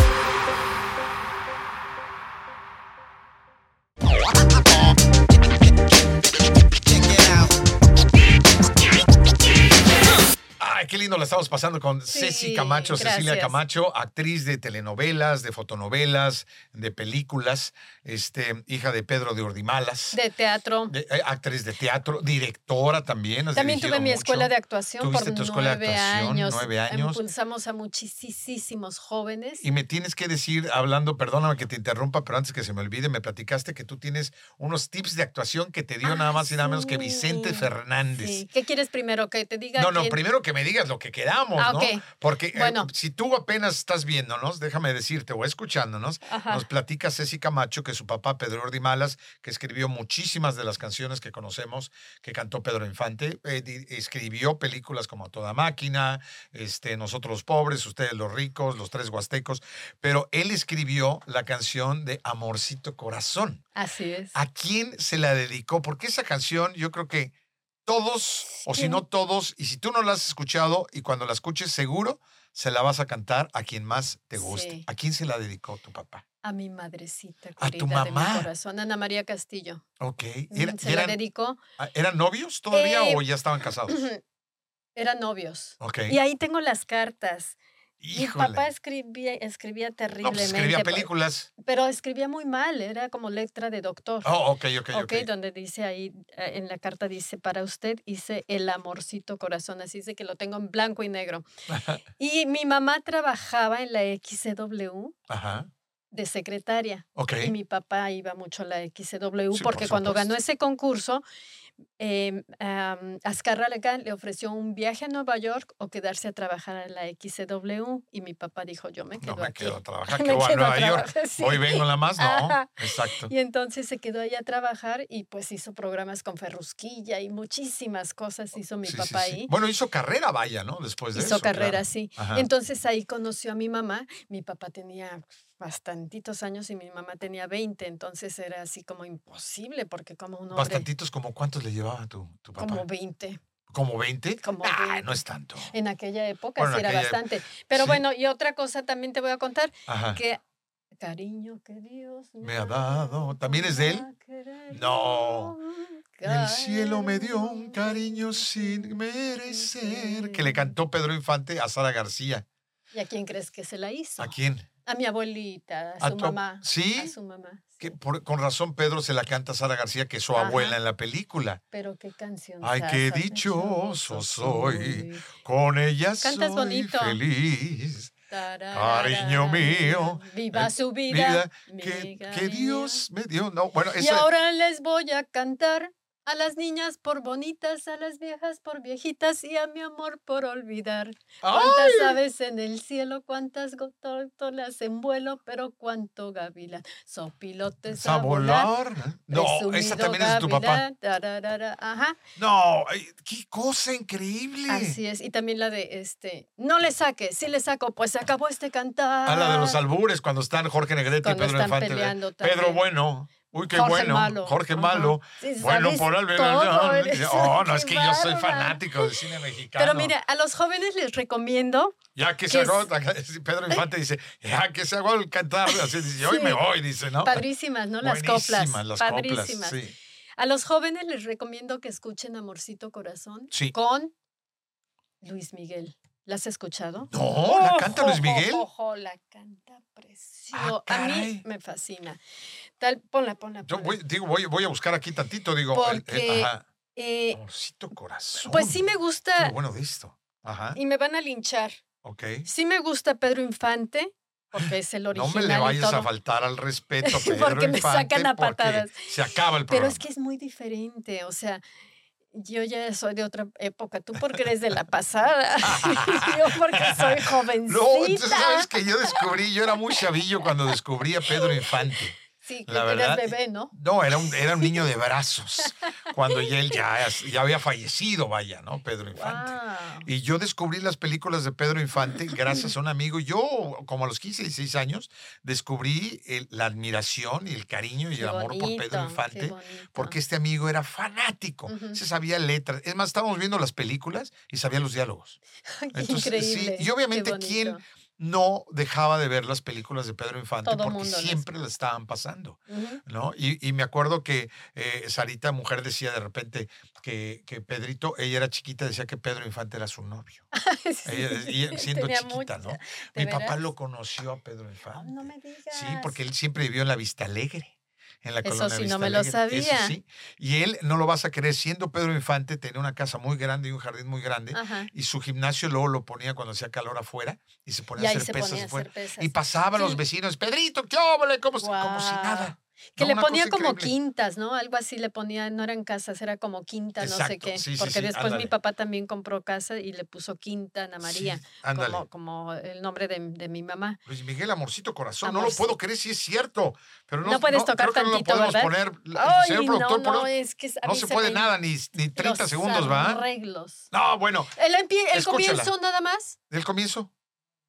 S1: Ay, qué lindo la estamos pasando con
S2: Sí,
S1: Ceci Camacho, Cecilia
S2: gracias.
S1: Camacho, actriz de telenovelas, de fotonovelas, de películas, este, hija de Pedro de Urdimalas.
S2: De teatro.
S1: De- eh, actriz de teatro, directora también. has
S2: También tuve
S1: dirigido
S2: mi
S1: mucho.
S2: escuela de actuación por
S1: Tuviste tu escuela de
S2: nueve
S1: actuación,
S2: años.
S1: nueve años.
S2: Impulsamos a muchísimos jóvenes.
S1: Y me tienes que decir, hablando, perdóname que te interrumpa, pero antes que se me olvide, me platicaste que tú tienes unos tips de actuación que te dio
S2: Ah,
S1: nada más y nada menos que
S2: sí.
S1: Vicente Fernández.
S2: Sí. ¿Qué quieres primero? Que te diga.
S1: No, no,
S2: quién?
S1: primero que me digas lo que quedamos,
S2: Ah,
S1: ¿no?
S2: ok.
S1: Porque eh,
S2: Bueno.
S1: si tú apenas estás viéndonos, déjame decirte, o escuchándonos,
S2: Ajá.
S1: Nos platica Ceci Camacho que su papá, Pedro Ordimalas, que escribió muchísimas de las canciones que conocemos, que cantó Pedro Infante, eh, di- escribió películas como A Toda Máquina, este, Nosotros los Pobres, Ustedes los Ricos, Los Tres Huastecos, pero él escribió la canción de Amorcito Corazón.
S2: Así es.
S1: ¿A quién se la dedicó? Porque esa canción yo creo que todos, o si
S2: Sí.
S1: no todos, y si tú no la has escuchado y cuando la escuches seguro, se la vas a cantar a quien más te guste.
S2: Sí.
S1: ¿A quién se la dedicó tu papá?
S2: A mi madrecita
S1: A
S2: querida
S1: tu
S2: de
S1: mamá.
S2: mi corazón, Ana María Castillo.
S1: Ok.
S2: Mm,
S1: Era-
S2: se la
S1: eran,
S2: dedicó.
S1: ah, eran novios todavía
S2: Eh,
S1: o ya estaban casados?
S2: Eran novios.
S1: Ok.
S2: Y ahí tengo las cartas.
S1: Híjole.
S2: Mi papá escribía, escribía
S1: no, pues
S2: terriblemente.
S1: escribía
S2: por-
S1: películas.
S2: Pero escribía muy mal, era como letra de doctor.
S1: Oh, ok, ok, ok.
S2: Ok, donde dice ahí, eh, en la carta dice, para usted hice el amorcito corazón, así dice que lo tengo en blanco y negro. y mi mamá trabajaba en la XCW
S1: Ajá.
S2: de secretaria
S1: Ok.
S2: y mi papá iba mucho a la XCW
S1: Sí, por
S2: porque cuando ganó
S1: supuesto.
S2: ese concurso, eh, am, Azcárraga le ofreció un viaje a Nueva York o quedarse a trabajar en la XCW y mi papá dijo, yo me quedo
S1: No me
S2: aquí.
S1: quedo a trabajar.
S2: Me
S1: Que voy a
S2: quedo a
S1: Nueva York.
S2: trabajar, sí.
S1: Hoy vengo la más. No.
S2: Ajá.
S1: Exacto.
S2: Y entonces se quedó ahí a trabajar y pues hizo programas con Ferrusquilla y muchísimas cosas hizo mi
S1: Oh, Sí, sí,
S2: papá
S1: sí.
S2: ahí.
S1: Bueno, hizo carrera, vaya, ¿no? Después de
S2: hizo
S1: eso. claro.
S2: carrera, sí.
S1: Ajá.
S2: Entonces ahí conoció a mi mamá. Mi papá tenía bastantitos años y mi mamá tenía 20, entonces era así como imposible porque como un hombre...
S1: Bastantitos, como cuántos le te llevaba tu, tu papá?
S2: como 20.
S1: ¿Como 20?
S2: Como Eh,
S1: Ah,
S2: 20.
S1: no es tanto.
S2: En aquella época
S1: Bueno,
S2: sí era
S1: aquella-
S2: bastante. Pero
S1: sí.
S2: bueno, y otra cosa también te voy a contar,
S1: Ajá.
S2: que cariño que Dios
S1: Me ha dado. ¿También es de él?
S2: ha querido
S1: No. El cielo me dio un
S2: cariño.
S1: cariño sin merecer. Que le cantó Pedro Infante a Sara García.
S2: ¿Y a quién crees que se la hizo?
S1: ¿A quién?
S2: A mi abuelita, a,
S1: ¿A
S2: su
S1: tu-
S2: mamá.
S1: ¿Sí?
S2: A su mamá. sí.
S1: Que por- con razón Pedro se la canta a Sara García, que es su
S2: Ajá.
S1: abuela en la película.
S2: Pero qué canción.
S1: Ay, qué dichoso soy. Con ella
S2: Cantas
S1: soy
S2: bonito.
S1: feliz. Cariño mío,
S2: Viva
S1: eh,
S2: su vida.
S1: Vida que,
S2: amiga
S1: que
S2: mía.
S1: Dios me dio. No, bueno,
S2: Y
S1: esa-
S2: ahora les voy a cantar a las niñas por bonitas, a las viejas por viejitas y a mi amor por olvidar.
S1: ¡Ah!
S2: Cuántas aves en el cielo, cuántas gotortolas en vuelo, pero cuánto gavilán. Sopilotes
S1: a
S2: pues a volar.
S1: volar. No, esa
S2: presumido
S1: también es de tu papá.
S2: gavilán, tararara, Ajá,
S1: No, ay, qué cosa increíble.
S2: así es. Y también la de este, no le saques, si le saco, pues se acabó este cantar.
S1: A Ah, la de los albures, cuando están Jorge Negrete y
S2: Cuando
S1: Pedro
S2: están
S1: Infante. ¿verdad?
S2: peleando
S1: Pedro
S2: también.
S1: Bueno. Uy, qué
S2: Jorge
S1: bueno.
S2: Malo,
S1: Jorge
S2: ajá.
S1: Malo.
S2: Sí,
S1: Bueno,
S2: sabes
S1: por algo.
S2: todo,
S1: No,
S2: eres-
S1: no, no, es que
S2: qué
S1: yo soy
S2: bárbara.
S1: fanático del cine mexicano.
S2: Pero mira, a los jóvenes les recomiendo
S1: ya que
S2: que
S1: se
S2: es- ¿Eh?
S1: hago, Pedro Infante dice, ya que se hago el cantar, así dice, hoy
S2: Sí.
S1: me voy, dice, ¿no?
S2: padrísimas, ¿no? Las
S1: Buenísimas
S2: coplas.
S1: las coplas,
S2: padrísimas.
S1: sí.
S2: A los jóvenes les recomiendo que escuchen Amorcito Corazón
S1: Sí.
S2: con Luis Miguel. ¿La has escuchado?
S1: No, Oh, la canta Luis
S2: Ojo,
S1: Miguel.
S2: ojo, ojo, la canta precioso.
S1: Ah,
S2: a
S1: caray.
S2: mí me fascina. Tal, ponla, ponla.
S1: Yo
S2: ponla.
S1: voy, digo, voy, voy a buscar aquí tantito, digo, el- el-
S2: Porque-
S1: ajá,
S2: Eh,
S1: amorcito corazón.
S2: pues sí me
S1: Qué
S2: gusta,
S1: bueno de esto. Ajá,
S2: y me van a linchar.
S1: ok.
S2: Sí me gusta Pedro Infante, porque es el
S1: No
S2: original.
S1: me le
S2: y
S1: vayas a
S2: todo,
S1: faltar al respeto,
S2: Porque
S1: Pedro
S2: me
S1: Infante,
S2: sacan a
S1: porque
S2: patadas.
S1: Se acaba el
S2: Pero
S1: programa.
S2: es que es muy diferente, o sea, yo ya soy de otra época, tú porque eres de la pasada, yo porque soy jovencita.
S1: No, tú sabes que yo descubrí, yo era muy chavillo cuando descubrí a Pedro Infante.
S2: sí, que
S1: la
S2: tú
S1: verdad,
S2: eras bebé, ¿no?
S1: No, era un, era un niño de brazos, cuando ya él ya, ya había fallecido, vaya, ¿no? Pedro Infante.
S2: Wow.
S1: Y yo descubrí las películas de Pedro Infante gracias a un amigo. Yo, como a los 15, 16 años, descubrí el- la admiración y el cariño y
S2: Qué
S1: el amor por
S2: bonito,
S1: Pedro
S2: qué
S1: Infante.
S2: bonito.
S1: Porque este amigo era fanático,
S2: Ujú.
S1: se sabía letras. Es más, estábamos viendo las películas y sabía los diálogos.
S2: Qué
S1: entonces, sí,
S2: increíble,
S1: y obviamente,
S2: qué
S1: ¿quién
S2: bonito.
S1: No dejaba de ver las películas de Pedro Infante
S2: Todo
S1: porque
S2: mundo las-
S1: siempre las estaban pasando.
S2: Ujú.
S1: ¿no? Y, y me acuerdo que eh, Sarita, mujer, decía de repente que, que Pedrito, ella era chiquita, decía que Pedro Infante era su novio.
S2: Sí,
S1: Ella, Eh, y- siendo
S2: tenía
S1: chiquita,
S2: mucha-
S1: ¿no? Mi
S2: ¿de
S1: papá
S2: veras?
S1: lo conoció a Pedro
S2: Ah,
S1: Infante.
S2: No me digas.
S1: Sí, porque él siempre vivió en la Vista Alegre. En la
S2: Eso
S1: colonia
S2: sí,
S1: Vista
S2: no me lo
S1: Alegre, eso
S2: sabía.
S1: sí. Y él, no lo vas a creer, siendo Pedro Infante, tenía una casa muy grande y un jardín muy grande.
S2: Ajá.
S1: Y su gimnasio luego lo ponía cuando hacía calor afuera y se ponía
S2: Y
S1: a
S2: ahí
S1: hacer
S2: se
S1: pesas
S2: ponía a
S1: afuera.
S2: hacer pesas.
S1: Y pasaba a los
S2: Sí.
S1: vecinos, Pedrito, ¿qué óvole?", Como, si- como si
S2: Guau.
S1: nada.
S2: Que
S1: No,
S2: le
S1: una cosa
S2: ponía como
S1: increíble.
S2: quintas, ¿no? Algo así le ponía, no eran casas, era como quinta, no sé
S1: Exacto,
S2: qué.
S1: sí, sí,
S2: porque
S1: sí,
S2: después
S1: ándale.
S2: mi papá también compró casa y le puso quinta Ana María,
S1: Sí, ándale.
S2: como, como el nombre de, de mi mamá.
S1: Luis Miguel, amorcito corazón, no lo
S2: Amorcito.
S1: puedo creer si es cierto. Pero no,
S2: No puedes tocar
S1: creo que
S2: tantito,
S1: no lo podemos
S2: ¿verdad?
S1: poner. la-
S2: Ay,
S1: señor
S2: no,
S1: productor, por-
S2: no,
S1: no,
S2: es que a mí
S1: se
S2: me
S1: puede
S2: in-
S1: nada, ni, ni 30
S2: los
S1: segundos, ¿va?
S2: Arreglos.
S1: No, bueno,
S2: El, empie- el
S1: Escúchala.
S2: comienzo nada más.
S1: ¿del comienzo?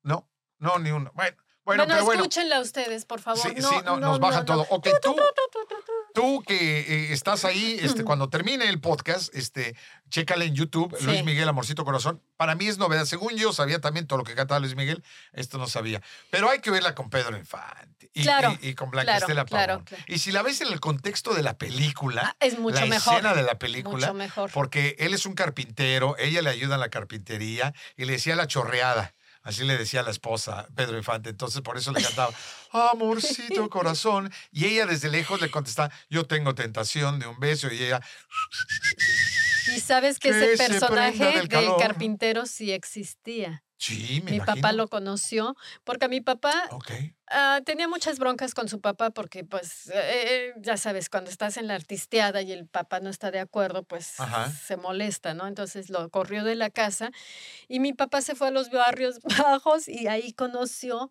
S1: No, no, ni uno. Bueno, bueno,
S2: Bueno,
S1: pero bueno.
S2: escúchenla ustedes, por favor.
S1: Sí,
S2: no,
S1: sí, no,
S2: no,
S1: nos
S2: no,
S1: bajan
S2: no.
S1: todo. Ok, tú,
S2: Tu, tu, tu, tu.
S1: tú que eh, estás ahí, este,
S2: Ujú.
S1: cuando termine el podcast, este, chécale en YouTube,
S2: Sí.
S1: Luis Miguel, Amorcito Corazón. Para mí es novedad. Según yo sabía también todo lo que cantaba Luis Miguel, esto no sabía. Pero hay que verla con Pedro Infante y,
S2: Claro,
S1: y- y con Blanquistela
S2: claro, claro,
S1: Pavón.
S2: claro.
S1: Y si la ves en el contexto de la película,
S2: Es mucho
S1: la
S2: mejor.
S1: escena de la película,
S2: mucho mejor.
S1: porque él es un carpintero, ella le ayuda en la carpintería y le decía la chorreada. Así le decía la esposa, Pedro Infante. Entonces, por eso le cantaba, amorcito corazón. Y ella desde lejos le contestaba, yo tengo tentación de un beso. Y ella,
S2: Y sabes que
S1: que se
S2: ese
S1: prenda del
S2: personaje del,
S1: calor.
S2: carpintero sí existía.
S1: sí, me
S2: mi
S1: imagino. Oh.
S2: papá lo conoció, porque mi papá
S1: Ok.
S2: Ah, tenía muchas broncas con su papá porque, pues, eh, eh, ya sabes, cuando estás en la artisteada y el papá no está de acuerdo, pues
S1: Ajá.
S2: se molesta, ¿no? Entonces lo corrió de la casa y mi papá se fue a los barrios bajos y ahí conoció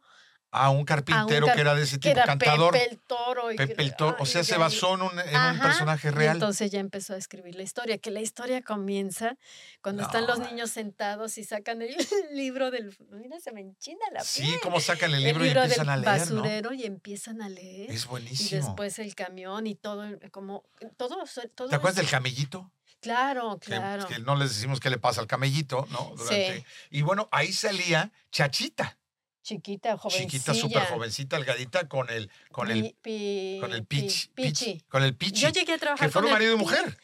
S1: A un carpintero
S2: car-
S1: que era de ese
S2: que
S1: tipo,
S2: era
S1: cantador.
S2: Pepe el Toro. y que-
S1: Pepe el Toro. O
S2: ay,
S1: sea,
S2: de
S1: se
S2: ahí-
S1: basó en un, en un
S2: Ajá,
S1: personaje
S2: y
S1: real.
S2: entonces ya empezó a escribir la historia, que la historia comienza cuando están los
S1: No.
S2: niños sentados y sacan el libro del... Mira, se me enchina la
S1: sí,
S2: piel.
S1: como sacan el libro, y empiezan
S2: eh, del
S1: a leer, ¿no?
S2: basurero y empiezan a leer.
S1: Es
S2: Y
S1: buenísimo.
S2: después el camión y todo, el- como todo, so- todo
S1: ¿Te acuerdas
S2: es-
S1: del camellito?
S2: Claro,
S1: que, pues,
S2: claro.
S1: que no les decimos qué le pasa al camellito, ¿no? Durante-
S2: Sí.
S1: Y bueno, ahí salía Chachita,
S2: Chiquita, jovencilla.
S1: chiquita, súper jovencita, delgadita, con el, con el,
S2: Pi- pi-
S1: con el
S2: pi-
S1: pitch,
S2: pichi.
S1: con el pichi.
S2: Yo llegué a trabajar
S1: Que fueron
S2: con el
S1: marido y
S2: pi-
S1: mujer.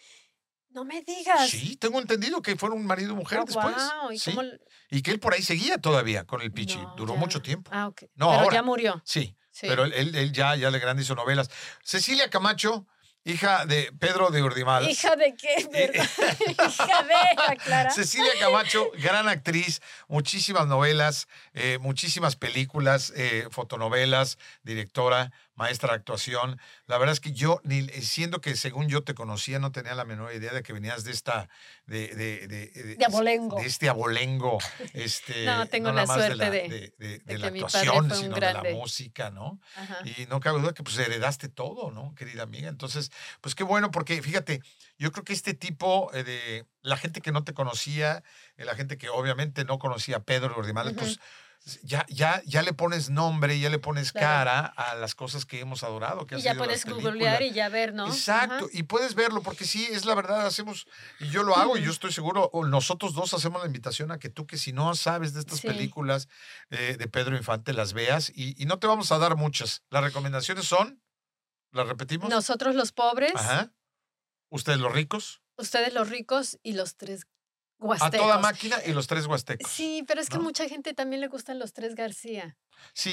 S2: No me digas.
S1: Sí, tengo entendido que fueron marido y mujer después.
S2: Wow, Oh, ¿y
S1: sí.
S2: cómo l-
S1: Y que él por ahí seguía todavía con el pichi.
S2: No,
S1: Duró
S2: ya.
S1: mucho tiempo.
S2: Ah, ok.
S1: No,
S2: Pero
S1: ahora.
S2: ya murió.
S1: Sí,
S2: Sí.
S1: pero él, él- él ya, ya de grande hizo novelas. Cecilia Camacho, hija de Pedro de Gordimalas.
S2: Hija de qué,
S1: Eh,
S2: ¿verdad? Hija de ah, Clara.
S1: Cecilia Camacho, gran actriz, muchísimas novelas, eh, muchísimas películas, eh, fotonovelas, directora, maestra de actuación. La verdad es que yo, ni, eh, siendo que según yo te conocía, no tenía la menor idea de que venías de esta... De, de, de, de-
S2: De abolengo.
S1: De este abolengo. Este,
S2: No, tengo la
S1: nada más
S2: suerte de-
S1: de,
S2: de
S1: la
S2: que mi padre
S1: actuación,
S2: fue un
S1: sino de
S2: grande.
S1: la música, ¿no?
S2: Ajá.
S1: Y no cabe duda que pues heredaste todo, ¿no, querida amiga? Entonces, pues qué bueno, porque fíjate, yo creo que este tipo eh, de la gente que no te conocía, eh, la gente que obviamente no conocía a Pedro Gordimalas,
S2: Ujú.
S1: pues ya, ya, ya le pones nombre, ya le pones
S2: Claro.
S1: cara a las cosas que hemos adorado. Que
S2: Y
S1: han
S2: ya
S1: sido las
S2: pones googlear
S1: películas.
S2: y ya ver, ¿no?
S1: Exacto,
S2: Ajá.
S1: y puedes verlo porque sí, es la verdad, hacemos, y yo lo hago, y
S2: Mm.
S1: yo estoy seguro, o nosotros dos hacemos la invitación a que tú que si no sabes de estas
S2: Sí.
S1: películas eh, de Pedro Infante, las veas, y, y no te vamos a dar muchas. Las recomendaciones son, las repetimos,
S2: Nosotros los pobres,
S1: Ajá. ustedes los ricos,
S2: ustedes los ricos y los tres
S1: a
S2: huastecos.
S1: toda máquina y los tres huastecos. Sí,
S2: Sí, pero es que
S1: ¿no?
S2: mucha gente también le gustan los tres García.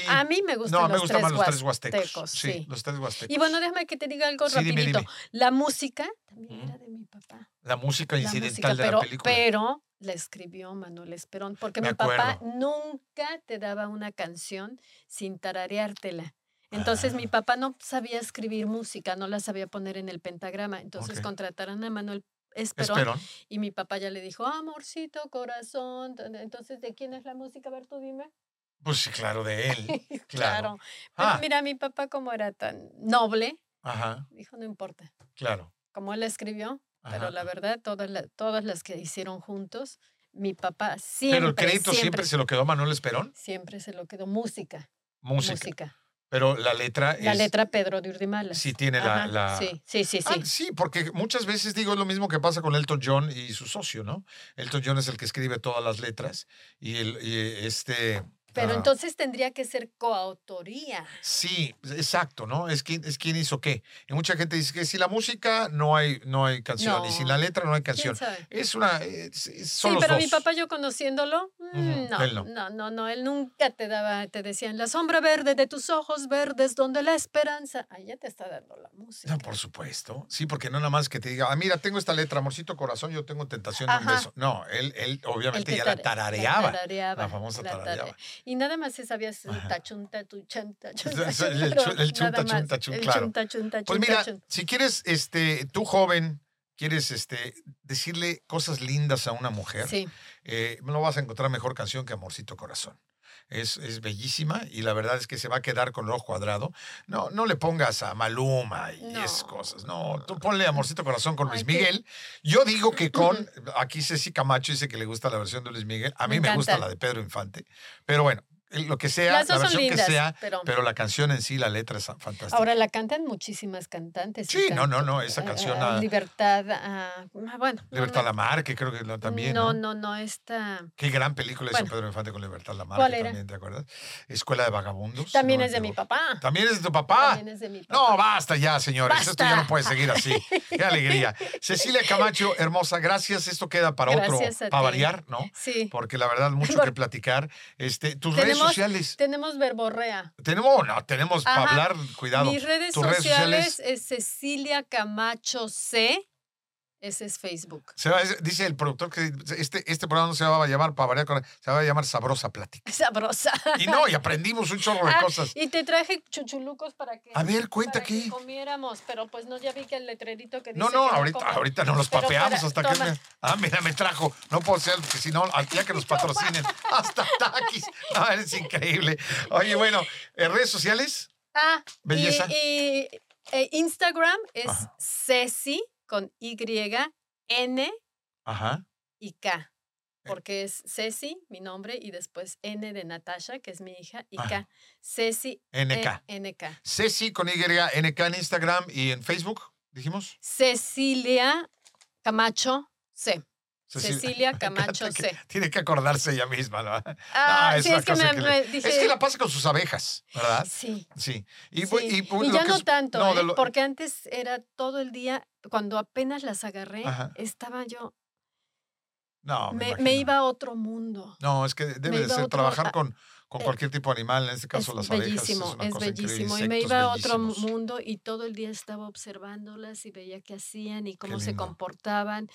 S2: A mí me gustan
S1: no,
S2: los,
S1: me gustan
S2: tres
S1: más los tres
S2: huastecos.
S1: huastecos. sí,
S2: sí.
S1: los tres huastecos.
S2: Y bueno, déjame que te diga algo
S1: Sí, dime,
S2: rapidito.
S1: dime.
S2: La música también
S1: Ujú.
S2: era de mi papá.
S1: La música
S2: La música,
S1: incidental de
S2: pero,
S1: la película.
S2: pero la escribió Manuel Esperón, porque
S1: Me
S2: mi papá
S1: acuerdo.
S2: nunca te daba una canción sin tarareártela. Entonces mi
S1: Ah.
S2: papá no sabía escribir música, no la sabía poner en el pentagrama. Entonces
S1: Ok.
S2: contrataron a Manuel Esperón
S1: Esperón.
S2: y mi papá ya le dijo, amorcito, corazón. ta- ta- Entonces, ¿de quién es la música? A ver, tú dime.
S1: Pues sí, claro, de él. Claro.
S2: Claro. Pero
S1: Ah,
S2: mira, mi papá como era tan noble,
S1: ajá,
S2: dijo, no importa.
S1: claro.
S2: Como él la escribió,
S1: ajá.
S2: pero la verdad, todas, la- todas las que hicieron juntos, mi papá siempre,
S1: Pero el crédito siempre,
S2: siempre,
S1: se lo quedó a Manuel Esperón.
S2: siempre se lo quedó música,
S1: Música.
S2: música.
S1: Pero la letra
S2: La
S1: es.
S2: letra Pedro de Urdimalas.
S1: Sí, tiene la.
S2: Ajá,
S1: la-
S2: Sí, sí, sí, sí.
S1: Ah, sí, porque muchas veces digo es lo mismo que pasa con Elton John y su socio, ¿no? Elton John es el que escribe todas las letras y, el, y este.
S2: pero
S1: ah,
S2: entonces tendría que ser coautoría.
S1: Sí, exacto, ¿no? Es quien, es quien hizo qué. Y mucha gente dice que sin la música no hay, no hay canción y sin
S2: No.
S1: la letra no hay
S2: ¿Quién
S1: canción.
S2: sabe?
S1: Es una. es- es- son
S2: Sí,
S1: los
S2: pero mi
S1: dos.
S2: papá yo conociéndolo, mm,
S1: Ujú,
S2: no,
S1: él no.
S2: no, no, no, él nunca te daba, te decían la sombra verde de tus ojos verdes donde la esperanza, ahí ya te está dando la música.
S1: No, por supuesto. Sí, porque no nada más que te diga, ah, mira, tengo esta letra, amorcito corazón, yo tengo tentación de un
S2: Ajá.
S1: beso. No, él, él
S2: Él
S1: obviamente
S2: te
S1: ya la
S2: tare-
S1: tarareaba. La,
S2: tarareaba,
S1: famosa
S2: la tarare-
S1: tarareaba.
S2: Y nada más se sabía su
S1: Ajá.
S2: tachun, tatuchan, tachun,
S1: El
S2: tachun,
S1: chu- el
S2: pero
S1: chun,
S2: nada
S1: tachun,
S2: más.
S1: tachun,
S2: El
S1: claro.
S2: chun, tachun,
S1: Pues
S2: tachun,
S1: mira,
S2: tachun.
S1: si quieres, este, tú joven, quieres este, decirle cosas lindas a una mujer,
S2: Sí,
S1: eh, no vas a encontrar mejor canción que Amorcito Corazón. Es, es bellísima y la verdad es que se va a quedar con el ojo cuadrado. No, no le pongas a Maluma y
S2: No.
S1: esas cosas. No, tú ponle Amorcito Corazón con
S2: Ay,
S1: Luis
S2: qué-
S1: Miguel. Yo digo que con, aquí Ceci Camacho dice que le gusta la versión de Luis Miguel. A mí
S2: Me
S1: me, gusta
S2: encanta.
S1: la de Pedro Infante. Pero bueno, el- lo que sea,
S2: las
S1: la
S2: dos son
S1: versión
S2: lindas,
S1: que sea,
S2: pero,
S1: pero la canción en sí, la letra es fantástica.
S2: ahora la cantan muchísimas cantantes. y
S1: Sí, no, no,
S2: canto-
S1: no, esa canción
S2: ah,
S1: a-
S2: Libertad, ah, bueno. no,
S1: Libertad
S2: no,
S1: Lamarque, creo que lo- también.
S2: No,
S1: ¿no?
S2: no, no, esta...
S1: Qué gran película hizo
S2: Bueno.
S1: Pedro Infante con Libertad Lamarque
S2: ¿Cuál era?
S1: también, ¿te acuerdas? Escuela de Vagabundos. si
S2: También
S1: Pues no me
S2: es de mi
S1: equivoco.
S2: papá.
S1: También es de tu papá.
S2: También es de mi papá.
S1: No, basta ya, señores. Esto ya no
S2: Basta.
S1: puede seguir así. Qué alegría. Cecilia Camacho, hermosa, gracias. Esto queda para otro,
S2: Gracias a
S1: para
S2: ti.
S1: variar, ¿no?
S2: Sí.
S1: Porque la verdad, mucho que
S2: Porque-
S1: platicar. Este, tus redes
S2: Tenemos-
S1: sociales.
S2: Tenemos verborrea.
S1: Tenemos, no, tenemos para
S2: Ajá.
S1: hablar, cuidado.
S2: Mis redes
S1: Tus redes
S2: sociales,
S1: sociales.
S2: es Cecilia Camacho C. Ese es Facebook.
S1: Se va a decir- dice el productor que este, este programa no se va a llamar para variar, se va a llamar Sabrosa Plática.
S2: Sabrosa.
S1: Y no, y aprendimos un chorro de
S2: Ah,
S1: cosas.
S2: Y te traje chuchulucos para que.
S1: A ver, cuenta
S2: para que
S1: qué.
S2: comiéramos, pero pues no, ya vi que el letrerito que dice.
S1: No, no,
S2: que
S1: ahorita,
S2: coman.
S1: ahorita no los
S2: Pero
S1: papeamos
S2: para-
S1: hasta que...
S2: toma.
S1: me- Ah, mira, me trajo. No puedo ser, porque si no, al día que nos patrocinen, hasta taquis. Ah, es increíble. Oye, bueno, eh, redes sociales,
S2: Ah, y-
S1: Belleza.
S2: Y, eh, Instagram es
S1: Ajá.
S2: Ceci con Y, N
S1: ajá,
S2: y K.
S1: Eh.
S2: Porque es Ceci, mi nombre, y después N de Natasha, que es mi hija, y
S1: Ajá.
S2: K. Ceci
S1: NK.
S2: E- NK.
S1: Ceci con Y, NK en Instagram y en Facebook, dijimos.
S2: Cecilia Camacho C. Cecilia
S1: Me encanta
S2: Camacho
S1: que
S2: C.
S1: Tiene que acordarse ella misma, ¿no?
S2: Ah,
S1: No,
S2: sí,
S1: una
S2: es que
S1: cosa
S2: me,
S1: le-
S2: me dije.
S1: Es que la pasa con sus abejas, ¿verdad?
S2: Sí.
S1: Sí. Y,
S2: sí.
S1: bu- y bu-
S2: Y
S1: lo
S2: ya
S1: que
S2: no
S1: es-
S2: tanto,
S1: no, de
S2: ¿eh?
S1: lo-
S2: porque antes era todo el día, cuando apenas las agarré,
S1: Ajá.
S2: estaba yo,
S1: no, me,
S2: me, me
S1: imagino.
S2: iba a otro mundo.
S1: No, es que debe
S2: me
S1: de
S2: iba a
S1: ser
S2: otro-
S1: trabajar
S2: a-
S1: con, con
S2: eh,
S1: cualquier tipo de animal, en este caso
S2: es
S1: las abejas. Es,
S2: bellísimo,
S1: una
S2: es
S1: cosa increíble,
S2: bellísimo. Y me
S1: insectos
S2: iba a otro
S1: bellísimos.
S2: mundo y todo el día estaba observándolas y veía qué hacían y cómo se
S1: lindo.
S2: comportaban.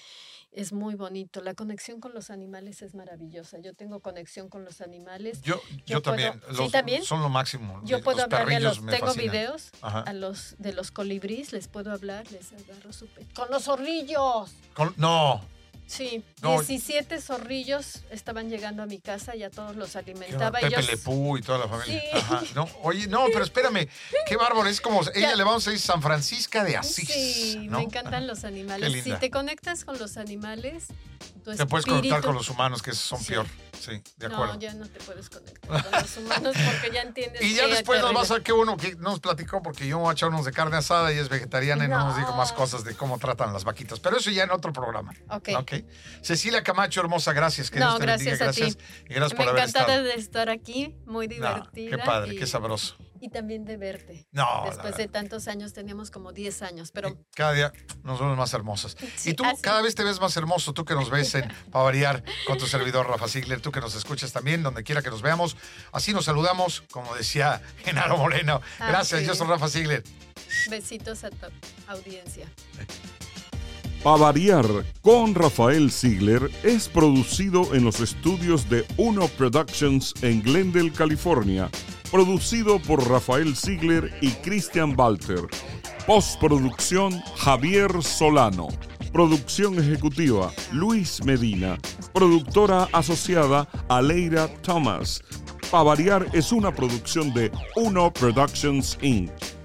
S2: Es muy bonito. La conexión con los animales es maravillosa. Yo tengo conexión con los animales.
S1: Yo, yo,
S2: Yo puedo-
S1: también.
S2: ¿Sí,
S1: Los,
S2: también?
S1: Son lo máximo.
S2: Yo
S1: los
S2: puedo hablarle a
S1: perrillos
S2: los,
S1: me
S2: tengo
S1: fascinan.
S2: videos
S1: Ajá.
S2: a los de los colibrís, les puedo hablar, les agarro su pe- Con los zorrillos.
S1: Con- no,
S2: Sí,
S1: No.
S2: 17 zorrillos estaban llegando a mi casa, ya todos los
S1: Qué bárbaro,
S2: alimentaba. y
S1: Pepe
S2: yo-
S1: Le Pew y toda la familia.
S2: Sí.
S1: Ajá, no, oye, no, pero espérame, qué bárbaro, es como ella
S2: Ya.
S1: le vamos a decir San Francisca de Asís.
S2: Sí,
S1: ¿no?
S2: me encantan los
S1: Qué
S2: animales. Si
S1: linda.
S2: te conectas con los animales, tu
S1: Te puedes conectar
S2: espíritu-
S1: con los humanos, que esos son
S2: Sí.
S1: peor. Sí, de acuerdo.
S2: No, ya no te puedes conectar con los humanos porque ya entiendes.
S1: y ya
S2: que
S1: después nos
S2: terrible.
S1: vas a que uno que nos platicó, porque yo me voy a echar unos de carne asada y es vegetariana y no. nos dijo más
S2: No.
S1: cosas de cómo tratan las vaquitas. Pero eso ya en otro programa.
S2: Ok.
S1: Ok. Cecilia Camacho, hermosa, gracias. Que
S2: No,
S1: Dios te bendiga,
S2: gracias a ti.
S1: gracias. Y gracias por
S2: Me
S1: haber
S2: encantada
S1: estado.
S2: de estar aquí, muy
S1: No,
S2: divertida.
S1: qué padre,
S2: y,
S1: qué sabroso.
S2: y también de verte.
S1: No, la
S2: Después de tantos años, teníamos como 10 años, pero
S1: Y Cada día nos vemos más hermosas.
S2: Sí,
S1: y tú
S2: así.
S1: cada vez te ves más hermoso, tú que nos ves en, para variar con tu servidor Rafa Ziegler, tú que nos escuchas también, donde quiera que nos veamos. Así nos saludamos, como decía Genaro Moreno.
S2: Ah,
S1: Gracias,
S2: sí.
S1: yo soy Rafa Ziegler.
S2: besitos a tu audiencia.
S5: Pa' variar con Rafael Ziegler es producido en los estudios de Uno Productions en Glendale, California. Producido por Rafael Ziegler y Christian Walter. Postproducción Javier Solano. Producción ejecutiva Luis Medina. Productora asociada Aleira Thomas. Pa' variar es una producción de Uno Productions Inc.